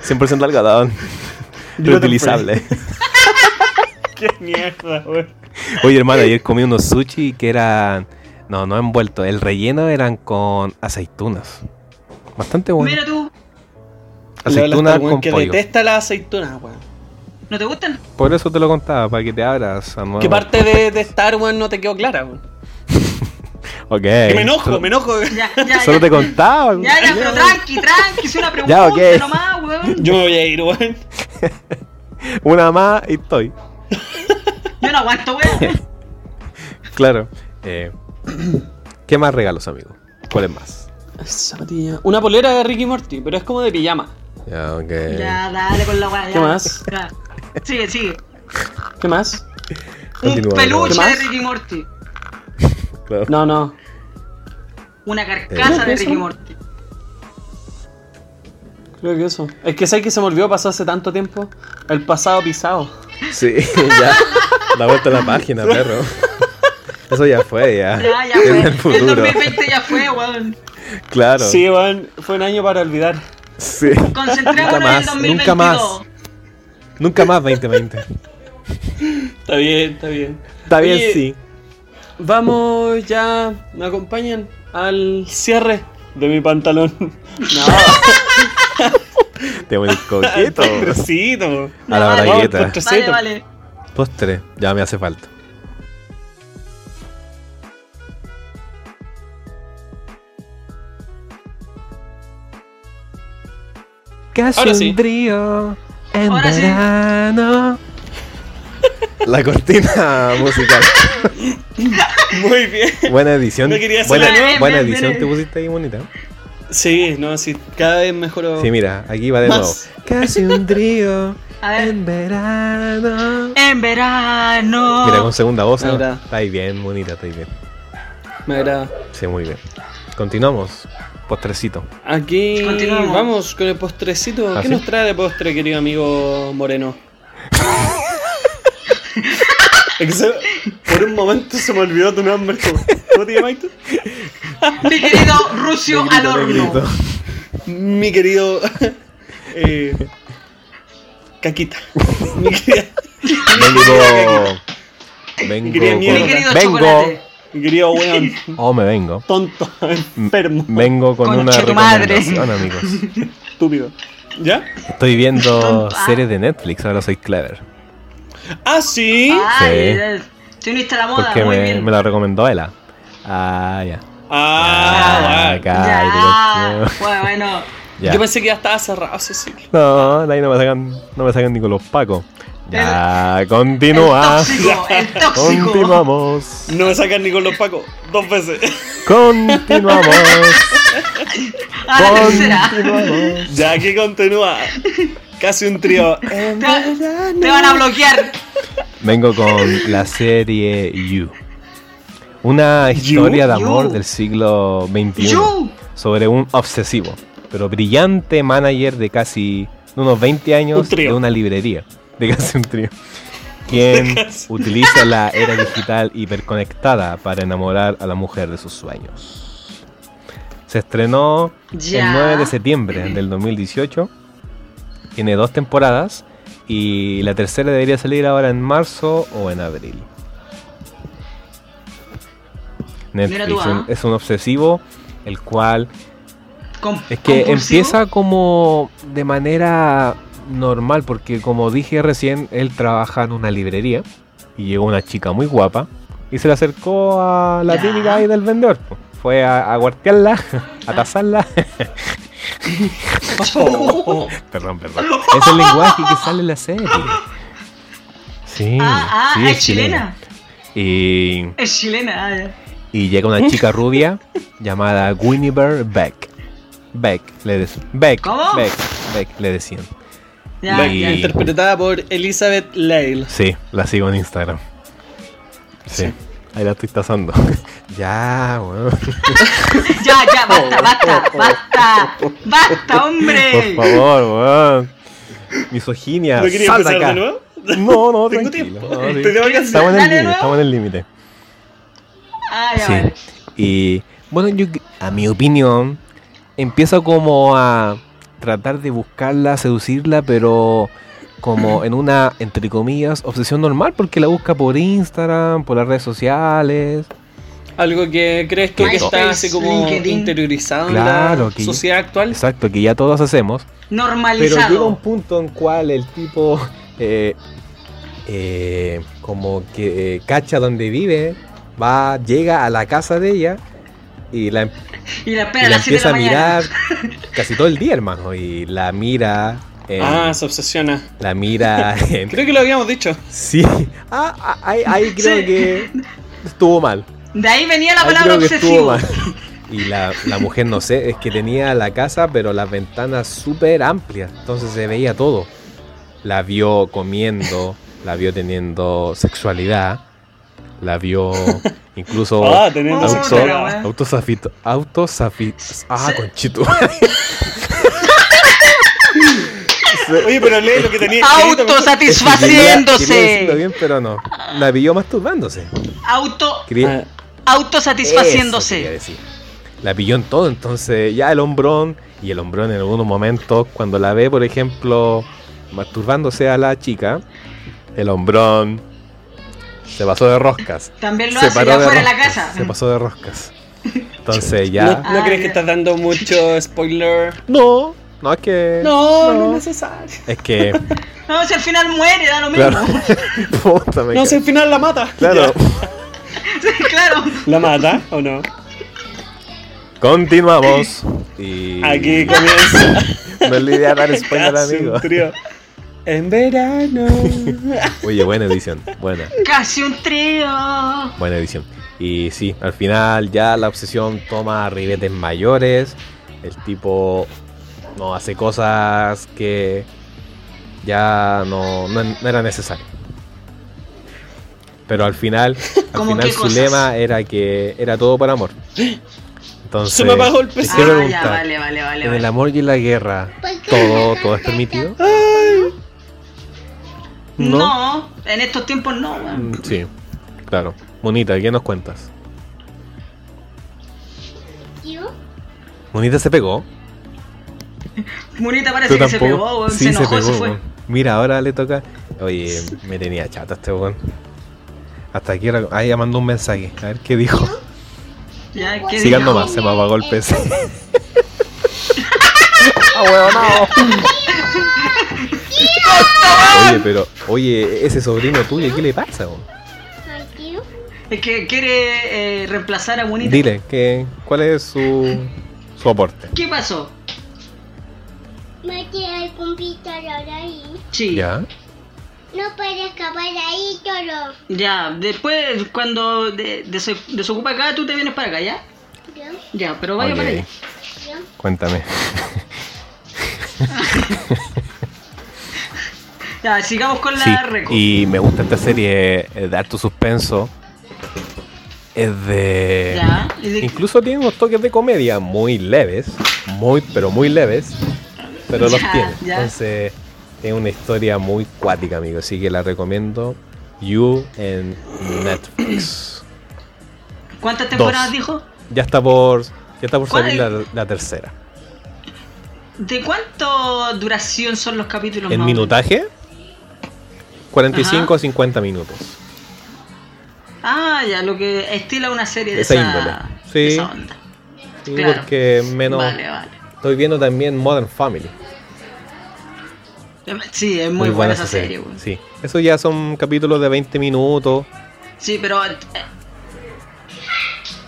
100% algodón.
Yo lo compré.
Reutilizable.
Qué mierda, weón.
Oye, hermano, ayer comí unos sushi que eran. No, no envuelto. El relleno eran con aceitunas. Bastante bueno.
Mira tú,
Aceitunas con
que
pollo.
detesta las aceitunas, weón.
¿no te gustan?
Por eso te lo contaba, para que te abras a nuevo.
Que parte de, de Star, weón, no te quedó clara, weón.
Ok.
Que me enojo, me enojo.
Ya, ya,
Solo
ya.
te contaba.
Ya, ya, pero tranqui, tranqui, es una pregunta
Ya, ok.
nomás, weón.
Yo me voy a ir, weón.
Una más y estoy.
Yo no aguanto,
Eh.
weón.
Claro. Eh, ¿Qué más regalos, amigo? ¿Cuáles más?
Zapatilla. Una polera de Ricky Morty, pero es como de pijama.
Ya, ok.
Ya, dale con la weá. ya.
¿Qué más?
Ya. Sigue, sigue.
¿Qué más?
Un
Continúa,
peluche
¿Qué más?
de Ricky Morty.
Claro.
No, no.
Una carcasa
Eh.
de Ricky Morty.
Creo que eso. Es que sé que se me olvidó, pasó hace tanto tiempo. El pasado pisado.
Sí, ya. La vuelta a la página, perro. Eso ya fue, ya.
Ya, ya
Ah, En
fue.
el futuro.
2020 ya fue, weón.
Claro.
Sí, weón. Fue un año para olvidar.
Sí. Nunca
Concentrémonos en el
más,
2022.
nunca más. Nunca más 2020.
Está bien, está bien.
Está bien,
Oye,
sí.
Vamos ya. ¿Me acompañan al cierre de mi pantalón? No,
Te voy a ir coqueto.
al postrecito.
A la
Vale,
bragueta.
vamos,
Vale,
Receta.
vale.
Postre. Ya me hace falta. Casi
Ahora sí.
un trío en
Ahora sí.
verano. La cortina musical.
Muy bien.
Buena edición.
No quería hacerla,
buena
¿no?
buena
Bien, bien,
edición,
bien.
te pusiste ahí bonita.
Sí, no, sí. Cada vez mejoró.
Sí, mira, aquí va de nuevo.
Más.
Casi un trío
A ver.
en verano.
En verano.
Mira, con segunda voz. ¿no?
Mira.
Está ahí bien, bonita, está ahí bien.
Me agrada.
Sí, muy bien. Continuamos. Postrecito.
Aquí
Continuamos.
vamos con el postrecito.
¿Ah,
¿Qué
sí?
nos trae de postre, querido amigo Moreno? Es que se- Por un momento se me olvidó tu nombre. ¿Cómo te llamas tú?
Mi querido Rusio al horno.
Negrito.
Mi querido. eh, caquita. Mi querida-
Vengo.
Mi querida
Vengo.
mierda.
Mi querido
vengo.
chocolate.
mi querido weón.
Oh, me vengo.
Tonto, enfermo,
Vengo con
Conche
una
tu madre.
recomendación, amigos.
estúpido. ¿Ya?
Estoy viendo
Tonto, ah.
series de Netflix, ahora soy clever.
Ah, sí.
Sí.
Ay, eh, te uniste a la moda,
Porque
muy
me,
bien.
me la recomendó Ela. Ah, ya.
Ah,
Ah,
bueno.
cállate,
ya. Bueno, bueno.
Ya.
Ah, Yo pensé que ya estaba cerrado ese ciclo.
No, de ahí no me sacan, no me sacan ni con los pacos. Ya, continúa.
El tóxico, el tóxico.
Continuamos.
No me sacan ni con los pacos. Dos veces.
Continuamos.
A la tercera.
Continuamos.
Ya que continúa. Casi un trío. En
Te, va-
verano.
te van a bloquear.
Vengo con la serie You. Una historia de
You.
amor del siglo XXI.
You.
Sobre un obsesivo, pero brillante manager de casi de unos 20
Un
años
trío.
de una librería. De casi un trío. Quien
casi.
utiliza la era digital hiperconectada para enamorar a la mujer de sus sueños. Se estrenó
Ya.
el 9 de septiembre del 2018. Tiene dos temporadas. Y la tercera debería salir ahora en marzo o en abril.
Mira tú,
Netflix
ah.
es un obsesivo, el cual
Con-
es que
compulsivo.
empieza como de manera normal, porque como dije recién, él trabaja en una librería y llegó una chica muy guapa y se le acercó a la
Ya.
típica ahí del vendedor. po. Fue a, a guartearla, a tasarla.
Oh,
perdón, perdón. Es el lenguaje que sale en la serie. Sí,
Ah, ah,
sí,
es chilena.
Y,
Es chilena. ah, ya.
y llega una chica rubia llamada Guinevere Beck. Beck, le decían. Beck,
¿Cómo?
Beck, Beck, le decían.
Ya,
Ven.
ya.
Y-
Interpretada por Elizabeth Lale.
Sí, la sigo en Instagram. Sí,
Sí.
ahí la estoy tasando. ya, weón.
Ya, ya, basta, basta, basta. Basta, hombre.
Por favor, weón. Misoginia.
¿No quería
sal de
empezar
acá.
de nuevo?
No, no,
Tengo
tranquilo.
tiempo.
no, sí.
Te tengo que hacer.
Estamos en el
Dale,
límite,
nuevo.
estamos en el límite.
Ah, ya,
Sí.
vale.
Y bueno, yo, a mi opinión, empieza como a tratar de buscarla, seducirla, pero como en una, entre comillas, obsesión normal, porque la busca por Instagram, por las redes sociales.
Algo que crees tú que
MySpace,
está así como
LinkedIn.
interiorizado en
Claro,
la
que-
sociedad actual.
Exacto, que ya todos hacemos. Pero llega un
Normalizado.
punto en cual el tipo eh, eh, como que eh, cacha donde vive, va, llega a la casa de ella y la,
Y la espera
y
a
la
las 7 de
empieza
la
a
mañana.
mirar casi todo el día, hermano. Y la mira. en-
Ah, se obsesiona.
la mira. en-
Creo que lo habíamos dicho.
sí. Ah, ah, ahí, ahí creo
Sí.
que estuvo mal.
De ahí venía la
Ahí
palabra
creo que estuvo
obsesivo.
mal. Y la, la mujer, no sé, es que tenía la casa, pero las ventanas súper amplias. Entonces se veía todo. La vio comiendo, la vio teniendo sexualidad, la vio incluso.
Ah, teniendo
Oh,
Auto,
pero bueno.
sexualidad.
autosafito, autosafito, ah,
Se-
conchito.
Oye, pero lee lo que tenía escrito.
Quería- quería decirlo
Autosatisfaciéndose.
bien, pero no. La pilló masturbándose.
Auto,
Quería-
Ah,
Eso quería
autosatisfaciéndose.
decir. La pilló en todo, entonces ya el hombrón, y el hombrón en algunos momentos, cuando la ve, por ejemplo, masturbándose a la chica, el hombrón se pasó de roscas.
También lo
se
hace
paró
ya
de
fuera de la
roscas,
casa.
Se pasó de roscas. Entonces
¿No,
ya...
no
Ah,
crees
ya.
que estás dando mucho spoiler?
No, no es que...
No, no, es necesario.
Es que...
No, si al final muere, da lo mismo.
Claro.
Claro.
Puta, me
No,
ca-
si al final la mata.
Claro.
Ya. ¿La mata o no?
Continuamos. Y...
Aquí comienza.
No le idea dar spoiler,
Casi
amigo.
un trío. En verano.
Oye, buena edición. Buena,
Casi un trío.
buena edición. Y sí, al final ya la obsesión toma ribetes mayores. El tipo no hace cosas que ya no, no, no era necesario. Pero al final, al
¿Cómo
final
qué
su
cosas?
lema era que era todo por amor. Entonces,
Se me apagó el
te
PC.
Ah,
quiero
ya,
preguntar,
vale, vale, vale.
en el
vale.
amor y en la guerra, todo, todo es permitido.
Ay,
¿no?
¿no?
en estos tiempos no, weón.
Mm, Sí, claro. Monita, ¿qué nos cuentas? Monita se pegó.
Murita parece que se pegó, weón. se
Sí, se,
enojó, se,
pegó.
fue.
weón. Mira, ahora le toca. Oye, me tenía chata este weón. Hasta aquí. era- Ah, ya mandó un mensaje. A ver qué dijo.
Ya, ¿qué
Sigan
dijo?
nomás, se me apagó el PC. Oye, pero, oye, ese sobrino tuyo, ¿qué le pasa? weón?
Es que quiere eh, reemplazar a Murita.
Dile, que, ¿cuál es su, su aporte?
¿Qué pasó?
Me queda el computador ahí.
Sí.
Ya.
No puede escapar ahí, Toro.
Ya, después cuando de- dese- desocupa acá, tú te vienes para acá, ¿ya?
Yo,
Ya, pero vaya
Ok,
para allá.
yo.
Cuéntame.
Ya, sigamos con la
Sí,
reco.
y me gusta esta serie eh, de harto suspenso. Es de...
Ya, ¿y de-
Incluso tiene unos toques de comedia muy leves, muy pero muy leves, pero los
Ya,
tiene.
ya.
Entonces es una historia muy cuática, amigo, así que la recomiendo. You en Netflix.
¿Cuántas temporadas
Dos.
dijo?
Ya está por ya está por
¿Cuál
salir
es?
la, la tercera.
¿De cuánto duración son los capítulos?
En
más o menos?
minutaje 45
Ajá.
a 50 minutos.
Ah, ya, lo que estila una serie de
Esa
esa,
índole. Sí.
de esa onda.
Sí,
Claro.
Porque menos
Vale, vale.
estoy viendo también Modern Family.
Em, Sí, es muy, buena, esa serie, güey. Sí.
Sí. Eso ya son capítulos de 20 minutos.
pero eh,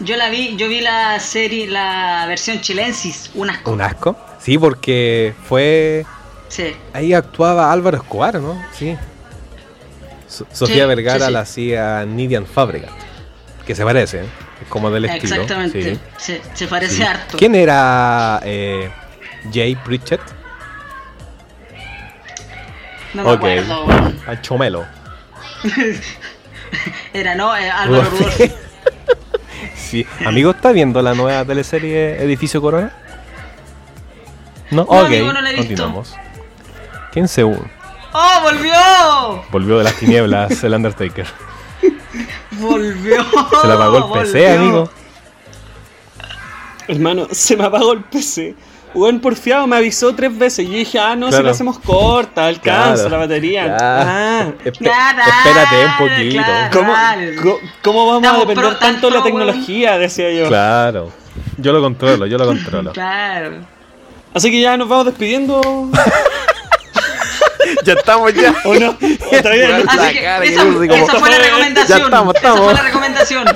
yo la vi, yo vi la serie, la versión chilensis, unas
Un asco. Sí, porque fue
Sí.
Ahí actuaba Álvaro Escobar, ¿no? Sí. So- Sofía
Sí,
Vergara
sí, sí.
la hacía Nidian Fabregat, que se parece, ¿eh? es como del estilo.
Exactamente.
sí.
Se, se parece
Sí.
harto.
¿Quién era eh, Jay Pritchett?
No me acuerdo. weón.
A Chomelo.
Era, ¿no? Eh, Álvaro Rudolf.
sí. Amigo, ¿está viendo la nueva teleserie Edificio Corona? No,
No,
ok,
amigo, no la he visto.
continuamos. ¿Quién se u-
¡Oh, volvió!
volvió de las tinieblas el Undertaker?
¡Volvió!
Se la apagó el PC,
Oh, volvió.
amigo.
Hermano, se me apagó el PC. Weón porfiado me avisó tres veces. Y yo dije, ah, no, si
Claro.
la hacemos corta, alcanza
Claro.
la batería.
Ya.
Ah.
Espe-
Ya, dale,
espérate un poquito.
claro.
Co-
¿Cómo,
Dale.
co- cómo vamos
Estamos
a depender
pro
tanto de la
tanto, weón.
tecnología? Decía yo.
Claro. Yo lo controlo, yo lo controlo.
Claro.
Así que ya nos vamos despidiendo.
Ya estamos ya.
¿O no? ¿O todavía no?
La
Así que
cara que
esa,
yo digo,
esa fue la
Ya
recomendación.
estamos,
Esa
estamos.
fue la recomendación.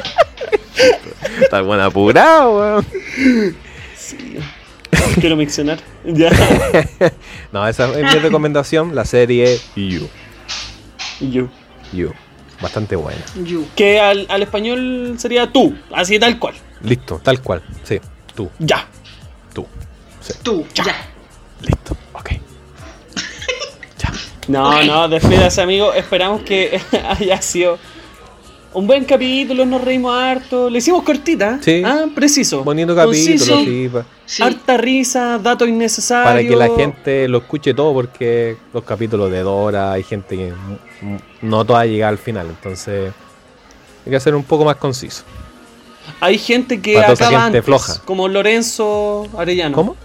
Está bueno apurado, weón.
Quiero mencionar. Ya.
No, esa es mi recomendación, la serie You.
Y yo.
You. Bastante buena.
You.
Que al, al español sería tú. Así tal cual.
Listo, tal cual. Sí, tú,
Ya.
tú.
Tú. Ya.
Listo, ok.
No, no, despídase amigo. Esperamos que haya sido un buen capítulo, nos reímos harto. Le hicimos cortita.
Sí.
Ah, preciso.
Bonito capítulo,
Conciso,
Oh, sí, pa-
Sí.
Harta risa, datos innecesarios.
para que la gente lo escuche todo, porque los capítulos de Dora hay gente que m- m- no toda llega al final, entonces hay que hacer un poco más conciso.
Hay gente que
Para toda esa
acaba
gente
antes,
floja.
como Lorenzo Arellano.
¿Cómo?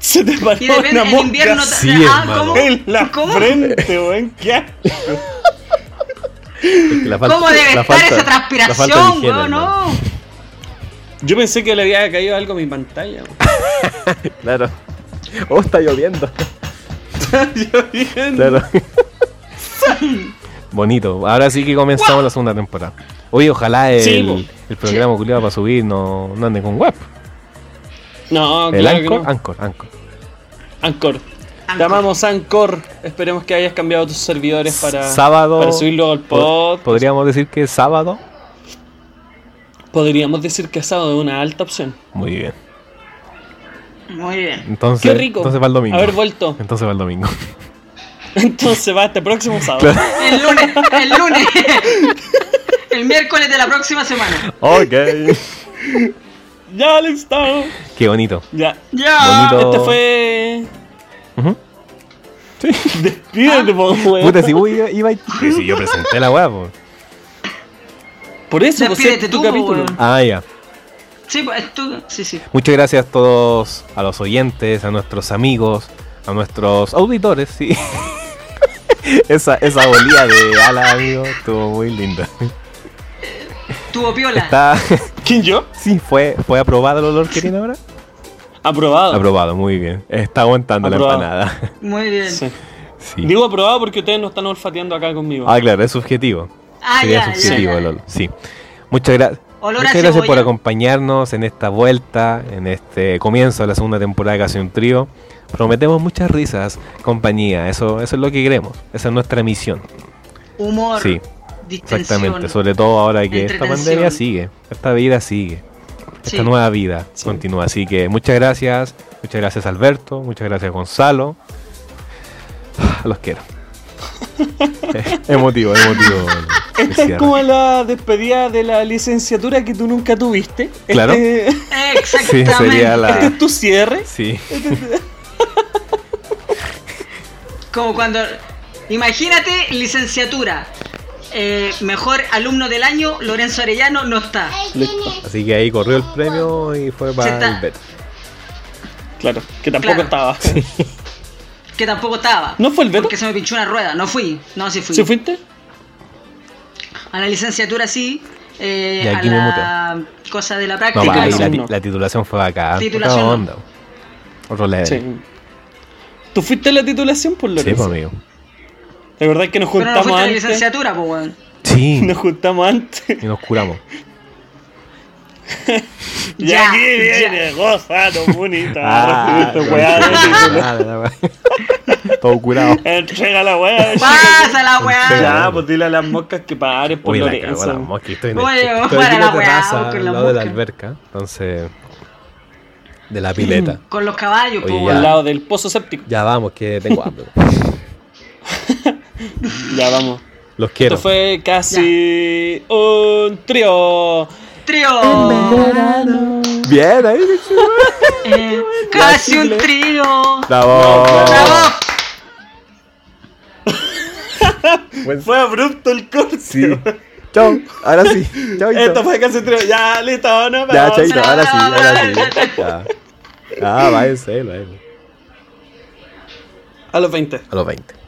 Se te paró
Y depende,
una
en
mosca
invierno. ta-
Sí,
ah,
hermano.
¿cómo?
en la
¿Cómo?
frente, weón. ¿Qué? asco.
La
¿Cómo debe
la falta- la
estar esa
falta de
transpiración,
higiene,
weón?
hermano.
No.
Yo pensé que le había caído algo a mi pantalla. weón.
Claro. Oh, está lloviendo.
Yo bien.
Claro. Bonito. Ahora sí que comenzamos la segunda temporada. Oye, ojalá el,
Sí, po.
el programa culiado para subir no, no ande con web.
No,
el
claro que
Anchor,
no.
Anchor, Anchor.
Anchor.
Anchor.
Te amamos Anchor. Esperemos que hayas cambiado tus servidores para,
Sábado.
para subirlo al pod.
Po- Podríamos decir que es sábado.
Podríamos decir que sábado es una alta opción.
Muy bien.
Muy bien.
Entonces,
Qué rico.
entonces va el domingo.
Haber vuelto.
Entonces va el domingo.
Entonces va este próximo sábado.
El lunes. El lunes. El miércoles de la próxima semana.
ok.
Ya, Alex, estamos.
Qué bonito.
Ya.
Ya.
Bonito.
Este fue.
Ujú.
Despídete, po, weón.
Puta, si vos iba, iba y- Que si yo presenté la web. po.
Por eso, pues,
Despídete
es tu
tú,
capítulo.
weón.
Ah, ya.
Sí, pues tú. Sí, sí.
Muchas gracias a todos, a los oyentes, a nuestros amigos, a nuestros auditores, sí. Esa, esa bolía de ala, amigo, estuvo muy linda.
Tuvo piola.
Está,
¿Quién yo?
sí, fue, fue aprobado el olor que tiene ahora.
Aprobado.
Aprobado, muy bien. Está aguantando
Oh. Aprobado.
la empanada.
Muy bien.
Sí.
Sí.
Digo aprobado porque ustedes no están olfateando acá conmigo.
Ah, claro, es subjetivo.
Ah,
Sería
ya, ya,
subjetivo
ya.
el olor. Sí. Muchas gracias.
Olor a
Muchas gracias por
cebolla.
acompañarnos en esta vuelta, en este comienzo de la segunda temporada de Casi un Trío. Prometemos muchas risas, compañía, eso, eso es lo que queremos, esa es nuestra misión.
Humor.
Sí,
distensión.
exactamente, sobre todo ahora que esta
Entretención.
pandemia sigue, esta vida sigue,
Sí.
esta nueva vida
Sí.
continúa. Así que muchas gracias, muchas gracias Alberto, muchas gracias Gonzalo. Ah, Los quiero. Eh, emotivo, emotivo.
Esta Este es
Cierra.
como la despedida de la licenciatura que tú nunca tuviste.
Claro. Ah.
Este, este
Sí,
Exactamente.
sería la...
es tu cierre.
Sí.
Como cuando. Imagínate, licenciatura. Eh, mejor alumno del año, Lorenzo Arellano, no está.
Ay, ¿quién es?
Así que ahí corrió el premio y fue
Sí,
para
está.
el Beto.
Claro, que tampoco
Claro.
estaba.
Que tampoco estaba.
¿No fue el Beto?
Porque se me pinchó una rueda. No fui. No, sí fui.
¿Sí fuiste?
A la licenciatura sí. eh,
Y
a
aquí me
la cosa de la
No,
práctica.
va, ahí
no.
la,
No.
ti- la titulación fue acá. ¿eh?
Titulación no.
onda. Otro level.
Sí.
Sí,
¿Tú fuiste a la titulación por lo
Eh. pues, amigo.
La verdad es que nos
Pero no
juntamos
fuiste a la
antes.
licenciatura, pues, weón.
Sí.
Nos juntamos antes.
Y nos curamos.
Y
Ya,
aquí
ya.
viene Gonzalo Munita.
Ah,
Esta weá de título.
Ah, la weá. Todo curado.
Entrega la weá.
Pasa la
Entrega.
weá.
Ya, pues dile a las moscas que paren por
Uy, la
Lorenzo.
cagó la mosca. Estoy en, el,
Oye,
estoy
para
aquí en
la
la
weá,
terraza,
con
al
la
lado de la
mosca.
alberca. Entonces, de la pileta.
Con los caballos,
Oye,
pues,
ya.
Al
weón.
lado del pozo séptico.
Ya vamos, que tengo hambre.
Ya vamos.
Los quiero.
Esto fue casi un trío.
Trío.
Bien, ahí.
Eh, casi un trío.
Bravo.
Bravo.
Fue abrupto el corte.
Chao. Ahora sí. Chao. chao.
Esto fue casi un trío. Ya, listo, no
Ya,
vamos.
chaito, ahora sí, ahora sí. Ya. Ah, va en serio,
A los 20.
A los 20.